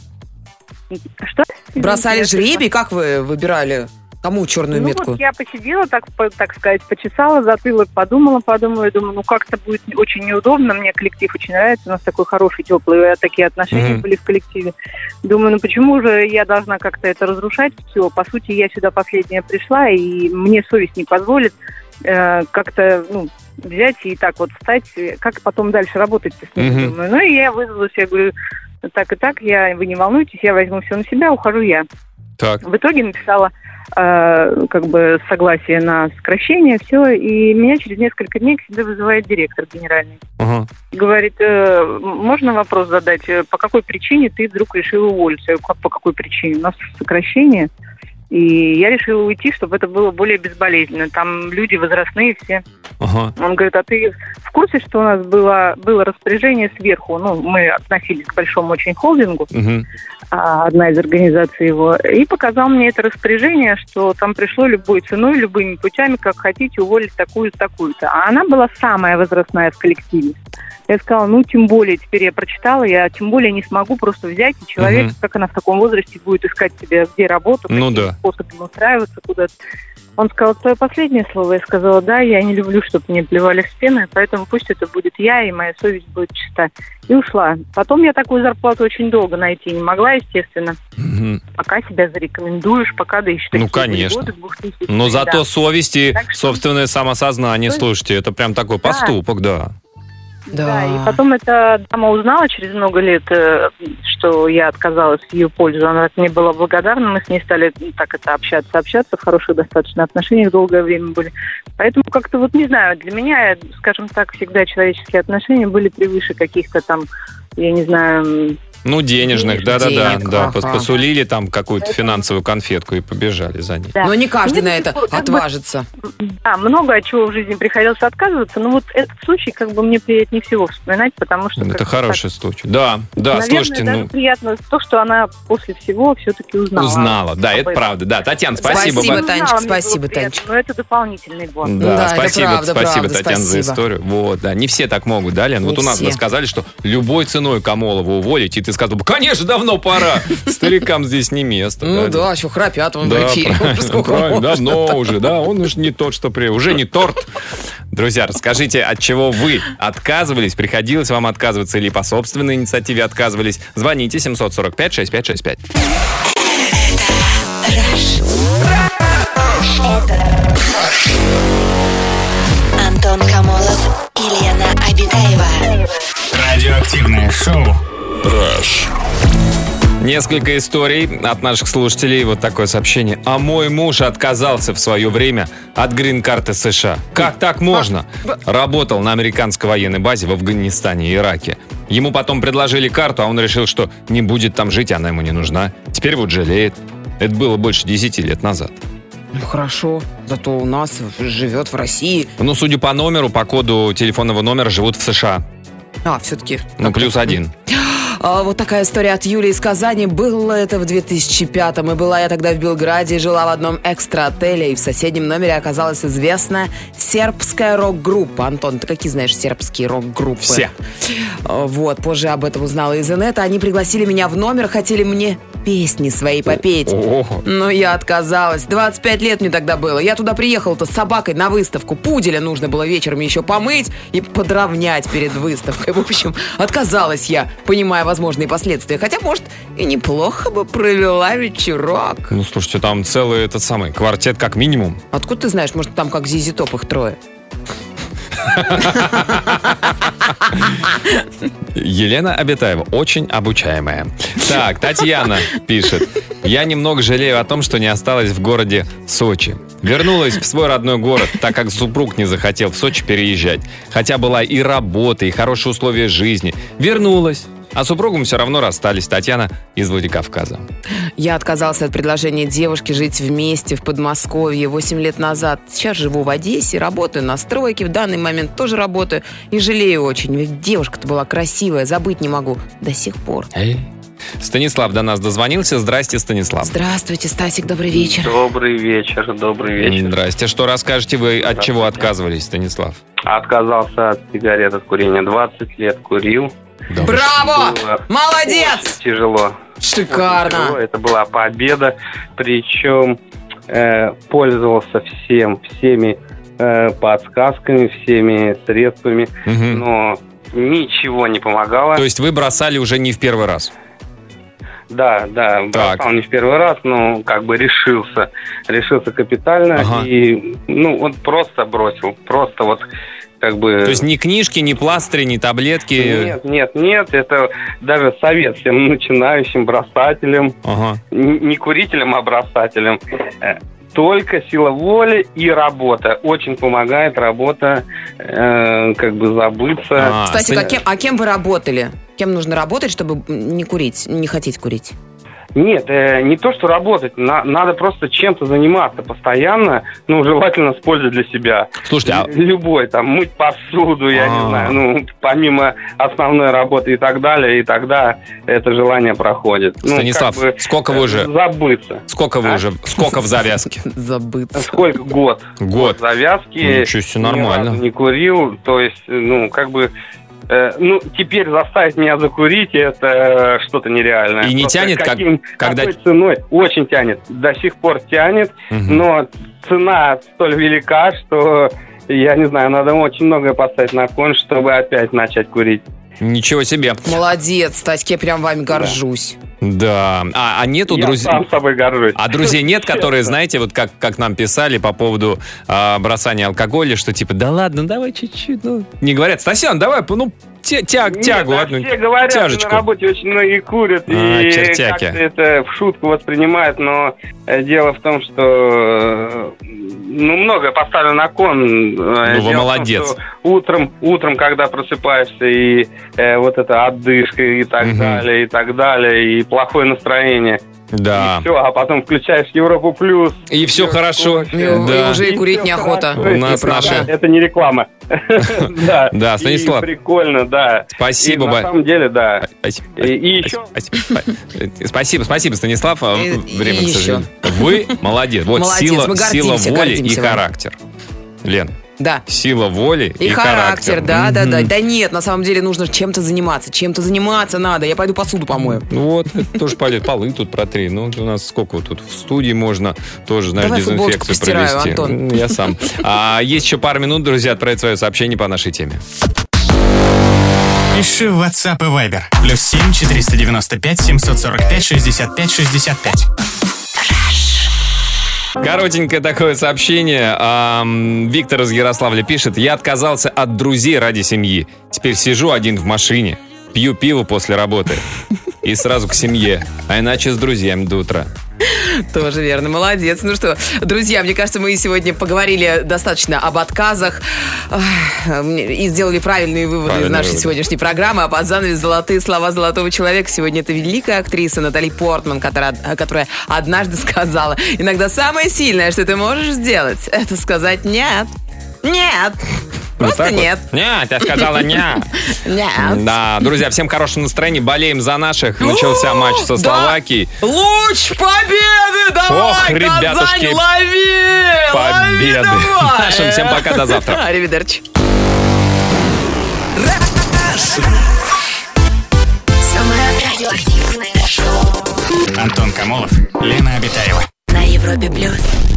[SPEAKER 11] Что?
[SPEAKER 4] Бросали
[SPEAKER 11] Извините, я
[SPEAKER 4] жребий? Как вы выбирали? Кому черную
[SPEAKER 11] Ну
[SPEAKER 4] метку?
[SPEAKER 11] вот я посидела, так, по- так сказать, почесала затылок, подумала, подумала, и думаю, ну как-то будет очень неудобно, мне коллектив очень нравится, у нас такой хороший, теплый, э, такие отношения
[SPEAKER 3] Мгм.
[SPEAKER 11] были в коллективе. Думаю, ну почему же я должна как-то это разрушать все? По сути, я сюда последняя пришла, и мне совесть не позволит э, как-то, ну, взять и так вот встать, э, как потом дальше работать-то с ними,
[SPEAKER 3] Мгм.
[SPEAKER 11] думаю. Ну и я вызвалась, я говорю, так и так, я, вы не волнуйтесь, я возьму все на себя, ухожу я.
[SPEAKER 3] Так.
[SPEAKER 11] В итоге написала э, как бы согласие на сокращение, все, и меня через несколько дней к себе вызывает директор генеральный.
[SPEAKER 3] Ага.
[SPEAKER 11] Говорит, э, можно вопрос задать, э, по какой причине ты вдруг решила уволиться? Я говорю, «Как по какой причине? У нас сокращение. И я решила уйти, чтобы это было более безболезненно. Там люди возрастные все.
[SPEAKER 3] Ага.
[SPEAKER 11] Он говорит, а ты в курсе, что у нас было, было распоряжение сверху? Ну, мы относились к большому очень холдингу
[SPEAKER 3] Мгм.
[SPEAKER 11] а, одна из организаций его, и показал мне это распоряжение, что там пришло любой ценой, любыми путями, как хотите, уволить такую-то, такую-то. А она была самая возрастная в коллективе. Я сказала, ну, тем более, теперь я прочитала, я тем более не смогу просто взять, и человек,
[SPEAKER 3] Мгм.
[SPEAKER 11] как она в таком возрасте будет искать себе, где работу,
[SPEAKER 3] Ну
[SPEAKER 11] каким
[SPEAKER 3] да.
[SPEAKER 11] способом устраиваться куда-то. Он сказал, твое последнее слово. Я сказала, да, я не люблю, чтобы мне плевали в спины, поэтому пусть это будет я, и моя совесть будет чиста. И ушла. Потом я такую зарплату очень долго найти не могла, естественно.
[SPEAKER 3] Мгм.
[SPEAKER 11] Пока себя зарекомендуешь, пока да еще
[SPEAKER 3] Ну, конечно. Но зато совесть и
[SPEAKER 11] Так что-
[SPEAKER 3] собственное самосознание, слушайте, это прям такой
[SPEAKER 11] Да.
[SPEAKER 3] поступок, да.
[SPEAKER 11] Да.
[SPEAKER 4] Да.
[SPEAKER 11] и потом эта дама узнала через много лет, э, что я отказалась в ее пользу. Она мне была благодарна, мы с ней стали ну, так это общаться, общаться, в хороших достаточно отношениях долгое время были. Поэтому как-то вот не знаю, для меня, скажем так, всегда человеческие отношения были превыше каких-то там, я не знаю,
[SPEAKER 3] Ну, денежных,
[SPEAKER 4] Денег,
[SPEAKER 3] да-да-да.
[SPEAKER 4] денег,
[SPEAKER 3] Да,
[SPEAKER 4] ага.
[SPEAKER 3] пос- посулили там какую-то финансовую конфетку и побежали за ней.
[SPEAKER 11] да.
[SPEAKER 4] Но не каждый
[SPEAKER 11] Ну,
[SPEAKER 4] на это
[SPEAKER 11] как бы-
[SPEAKER 4] отважится.
[SPEAKER 11] Да, много от чего в жизни приходилось отказываться, но вот этот случай как бы мне приятнее всего вспоминать, потому что...
[SPEAKER 3] Это
[SPEAKER 11] как-то
[SPEAKER 3] хороший случай. Да, да,
[SPEAKER 11] так, наверное,
[SPEAKER 3] слушайте,
[SPEAKER 11] даже
[SPEAKER 3] ну,
[SPEAKER 11] приятно то, что она после всего все-таки узнала.
[SPEAKER 3] узнала. Да,
[SPEAKER 11] об
[SPEAKER 3] это
[SPEAKER 11] этом.
[SPEAKER 3] правда. Да, Татьяна, спасибо.
[SPEAKER 4] Спасибо,
[SPEAKER 3] вам.
[SPEAKER 11] Узнала,
[SPEAKER 4] Танечка,
[SPEAKER 11] мне было
[SPEAKER 4] спасибо,
[SPEAKER 11] приятно,
[SPEAKER 4] Танечка.
[SPEAKER 11] Но это дополнительный бонус.
[SPEAKER 3] Да,
[SPEAKER 4] Да, это
[SPEAKER 3] спасибо,
[SPEAKER 4] правда,
[SPEAKER 3] спасибо,
[SPEAKER 4] правда,
[SPEAKER 3] Татьяна, за
[SPEAKER 4] спасибо.
[SPEAKER 3] историю. Вот, да, не все так могут, да, Лен? вот
[SPEAKER 4] Не
[SPEAKER 3] у нас бы
[SPEAKER 4] все.
[SPEAKER 3] сказали, что любой ценой Камолова уволить, и ты сказал бы, конечно, давно пора, старикам здесь не место.
[SPEAKER 4] Ну да, еще храпят он в эфире.
[SPEAKER 3] правильно,
[SPEAKER 4] Уже сколько
[SPEAKER 3] правильно,
[SPEAKER 4] можно.
[SPEAKER 3] давно уже, да, он уж не тот, что при... Уже не торт. Друзья, расскажите, от чего вы отказывались, приходилось вам отказываться или по собственной инициативе отказывались. Звоните 745-6565.
[SPEAKER 2] Антон Камолов и Лена Обитаева.
[SPEAKER 6] Радиоактивное шоу.
[SPEAKER 1] Rush.
[SPEAKER 3] Несколько историй от наших слушателей. Вот такое сообщение. А мой муж отказался в свое время от грин-карты США. Как так можно? Работал на американской военной базе в Афганистане и Ираке. Ему потом предложили карту, а он решил, что не будет там жить, и она ему не нужна. Теперь вот жалеет. Это было больше 10 лет назад.
[SPEAKER 4] Ну, хорошо, зато у нас живет в России.
[SPEAKER 3] Ну, судя по номеру, по коду телефонного номера живут в США.
[SPEAKER 4] А, все-таки.
[SPEAKER 3] Ну, плюс один.
[SPEAKER 4] А, Вот такая история от Юли из Казани. Было это в 2005-м. И была я тогда в Белграде, жила в одном экстра-отеле. И в соседнем номере оказалась известная сербская рок-группа. Антон, ты какие знаешь сербские рок-группы?
[SPEAKER 3] Все.
[SPEAKER 4] А, Вот, позже об этом узнала из инета. Они пригласили меня в номер, хотели мне песни свои попеть.
[SPEAKER 3] О,
[SPEAKER 4] Но я отказалась. 25 лет мне тогда было. Я туда приехала-то с собакой на выставку. Пуделя нужно было вечером еще помыть и подровнять перед выставкой. В общем, отказалась я, понимая возможные последствия. Хотя, может, и неплохо бы провела вечерок.
[SPEAKER 3] Ну, слушайте, там целый этот самый квартет как минимум.
[SPEAKER 4] Откуда ты знаешь, может, там как Зизи Топ их трое?
[SPEAKER 3] Елена Обетаева, очень обучаемая. Так, Татьяна пишет. Я немного жалею о том, что не осталась в городе Сочи. Вернулась в свой родной город, так как супруг не захотел в Сочи переезжать. Хотя была и работа, и хорошие условия жизни. Вернулась. А с супругом все равно расстались. Татьяна из Владикавказа.
[SPEAKER 4] Я отказался от предложения девушки жить вместе в Подмосковье 8 лет назад. Сейчас живу в Одессе, работаю на стройке, в данный момент тоже работаю и жалею очень. Ведь девушка-то была красивая, забыть не могу до сих пор.
[SPEAKER 3] Станислав до нас дозвонился. Здрасте, Станислав.
[SPEAKER 4] Здравствуйте, Стасик, добрый вечер.
[SPEAKER 12] Добрый вечер, добрый вечер.
[SPEAKER 3] Здрасте. Что расскажете вы, от чего отказывались, Станислав?
[SPEAKER 12] Отказался от сигарет, от курения. 20 лет курил.
[SPEAKER 4] Браво!
[SPEAKER 12] Было
[SPEAKER 4] Молодец!
[SPEAKER 12] очень тяжело. Тяжело.
[SPEAKER 4] Шикарно!
[SPEAKER 12] Это была победа. Причем э, пользовался всем, всеми э, подсказками, всеми средствами.
[SPEAKER 3] Мгм.
[SPEAKER 12] Но ничего не помогало.
[SPEAKER 3] То есть вы бросали уже не в первый раз?
[SPEAKER 12] Да, да,
[SPEAKER 3] Так.
[SPEAKER 12] бросал не в первый раз, но как бы решился. Решился капитально.
[SPEAKER 3] Ага.
[SPEAKER 12] И, ну, он просто бросил. Просто вот как бы...
[SPEAKER 3] То есть ни книжки, ни пластыри, ни таблетки?
[SPEAKER 12] Нет, нет, нет, это даже совет всем начинающим бросателям,
[SPEAKER 3] Ага.
[SPEAKER 12] Н- не курителям, а бросателям. Э, Только сила воли и работа. Очень помогает работа, э, как бы забыться.
[SPEAKER 3] А,
[SPEAKER 4] Стасик,
[SPEAKER 3] Стан-
[SPEAKER 4] а кем, а кем вы работали? Кем нужно работать, чтобы м, не курить, не хотеть курить?
[SPEAKER 12] Нет, э, не то, что работать, на- надо просто чем-то заниматься постоянно, ну, желательно с пользой для себя.
[SPEAKER 3] Слушайте, а
[SPEAKER 12] ну, Любой, там, мыть посуду, я
[SPEAKER 3] А.
[SPEAKER 12] не знаю, ну, помимо основной работы и так далее, и тогда это желание проходит. Ну, как
[SPEAKER 3] Станислав,
[SPEAKER 12] бы, э,
[SPEAKER 3] сколько вы уже?
[SPEAKER 12] Забыться.
[SPEAKER 3] Сколько вы
[SPEAKER 12] А?
[SPEAKER 3] уже? Сколько в завязке?
[SPEAKER 4] Забыться.
[SPEAKER 12] Сколько год?
[SPEAKER 3] Год. Ну,
[SPEAKER 12] Завязки.
[SPEAKER 3] Ничего себе,
[SPEAKER 12] Ни разу
[SPEAKER 3] нормально.
[SPEAKER 12] Не курил, то есть, ну, как бы... э, ну, теперь заставить меня закурить, это э, что-то нереальное.
[SPEAKER 3] И не тянет, как-
[SPEAKER 12] каким-
[SPEAKER 3] когда-
[SPEAKER 12] Какой ценой? Очень тянет. До сих пор тянет,
[SPEAKER 3] Мгм.
[SPEAKER 12] но цена столь велика, что... Я не знаю, надо очень многое поставить на кон, чтобы опять начать курить.
[SPEAKER 3] Ничего себе.
[SPEAKER 4] Молодец, Стасик, я прям вами горжусь.
[SPEAKER 3] Да. А, а нету
[SPEAKER 12] я
[SPEAKER 3] друзей?
[SPEAKER 12] сам собой горжусь.
[SPEAKER 3] А друзей нет, которые, знаете, вот как, как нам писали по поводу а, бросания алкоголя, что типа, да ладно, давай чуть-чуть. ну». Не говорят, Стасян, давай, ну, тя- тя-
[SPEAKER 12] Нет,
[SPEAKER 3] тягу
[SPEAKER 12] а
[SPEAKER 3] одну.
[SPEAKER 12] Все говорят, что
[SPEAKER 3] тяжечку.
[SPEAKER 12] на работе очень многие курят
[SPEAKER 3] А,
[SPEAKER 12] и как-то
[SPEAKER 3] чертяки.
[SPEAKER 12] это в шутку воспринимают, но э, дело в том, что э, ну много поставлено на кон. Э,
[SPEAKER 3] Ну, вы молодец.
[SPEAKER 12] утром, утром, когда просыпаешься и э, вот это отдышка и так
[SPEAKER 3] Мгм.
[SPEAKER 12] далее, и так далее, и плохое настроение.
[SPEAKER 3] Да.
[SPEAKER 12] И все, а потом включаешь Европу плюс.
[SPEAKER 3] И все хорошо. Э,
[SPEAKER 4] И, и
[SPEAKER 3] Да.
[SPEAKER 4] уже и
[SPEAKER 12] И
[SPEAKER 4] курить
[SPEAKER 12] всё
[SPEAKER 4] неохота.
[SPEAKER 12] хорошо.
[SPEAKER 3] У нас
[SPEAKER 4] И правда.
[SPEAKER 3] наши-
[SPEAKER 12] Это не реклама. Да,
[SPEAKER 3] Да,
[SPEAKER 12] И
[SPEAKER 3] Станислав.
[SPEAKER 12] Прикольно, да. И
[SPEAKER 3] Спасибо,
[SPEAKER 12] на
[SPEAKER 3] ба-
[SPEAKER 12] самом деле, да.
[SPEAKER 3] Спасибо.
[SPEAKER 12] И- и еще-
[SPEAKER 3] Спасибо, спа- э, спасибо, спасибо, Станислав. А,
[SPEAKER 4] И-
[SPEAKER 3] Время,
[SPEAKER 4] и
[SPEAKER 3] к сожалению. Вы молодец. Вот
[SPEAKER 4] Молодец, мы
[SPEAKER 3] сила,
[SPEAKER 4] гордимся,
[SPEAKER 3] сила воли и
[SPEAKER 4] гордимся вами.
[SPEAKER 3] характер. Лен,
[SPEAKER 4] Да.
[SPEAKER 3] сила воли и,
[SPEAKER 4] И, характер, да, да, да.
[SPEAKER 3] Мгм.
[SPEAKER 4] Да нет, на самом деле нужно чем-то заниматься. Чем-то заниматься надо. Я пойду посуду помою.
[SPEAKER 3] Ну вот, это тоже полет. Полы тут протри. Ну, у нас сколько вот тут в студии можно тоже, знаешь,
[SPEAKER 4] Давай футболочку
[SPEAKER 3] дезинфекцию
[SPEAKER 4] постираю,
[SPEAKER 3] провести.
[SPEAKER 4] Антон.
[SPEAKER 3] М, Я сам. А есть еще пару минут, друзья, отправить свое сообщение по нашей теме.
[SPEAKER 6] Пиши в WhatsApp и Viber. Плюс 7 495 745 65 65.
[SPEAKER 3] Коротенькое такое сообщение. Ам, Виктор из Ярославля пишет. Я отказался от друзей ради семьи. Теперь сижу один в машине, пью пиво после работы. и сразу к семье, а иначе с друзьями до утра.
[SPEAKER 4] Тоже верно, молодец. Ну что, друзья, мне кажется, мы сегодня поговорили достаточно об отказах ах, и сделали правильные выводы
[SPEAKER 3] Правильные
[SPEAKER 4] из нашей
[SPEAKER 3] выводы.
[SPEAKER 4] сегодняшней программы. А под занавес «Золотые слова золотого человека» сегодня это великая актриса Натали Портман, которая, которая однажды сказала, иногда самое сильное, что ты можешь сделать, это сказать «нет». Нет.
[SPEAKER 3] Вот
[SPEAKER 4] Просто
[SPEAKER 3] так вот.
[SPEAKER 4] нет.
[SPEAKER 3] Ня, я сказала ня.
[SPEAKER 4] Нет.
[SPEAKER 3] Да, друзья, всем хорошего настроения, болеем за наших. Начался матч со
[SPEAKER 4] Да.
[SPEAKER 3] Словакией.
[SPEAKER 4] Луч победы! Давай,
[SPEAKER 3] Ох, ребятушки,
[SPEAKER 4] Казань, лови!
[SPEAKER 3] победы.
[SPEAKER 4] Лови давай!
[SPEAKER 3] Нашим всем пока, до завтра.
[SPEAKER 4] Аривидерчи.
[SPEAKER 2] Самое радиоактивное шоу
[SPEAKER 6] Антон Камолов, Лена Обитаева.
[SPEAKER 2] на Европе плюс.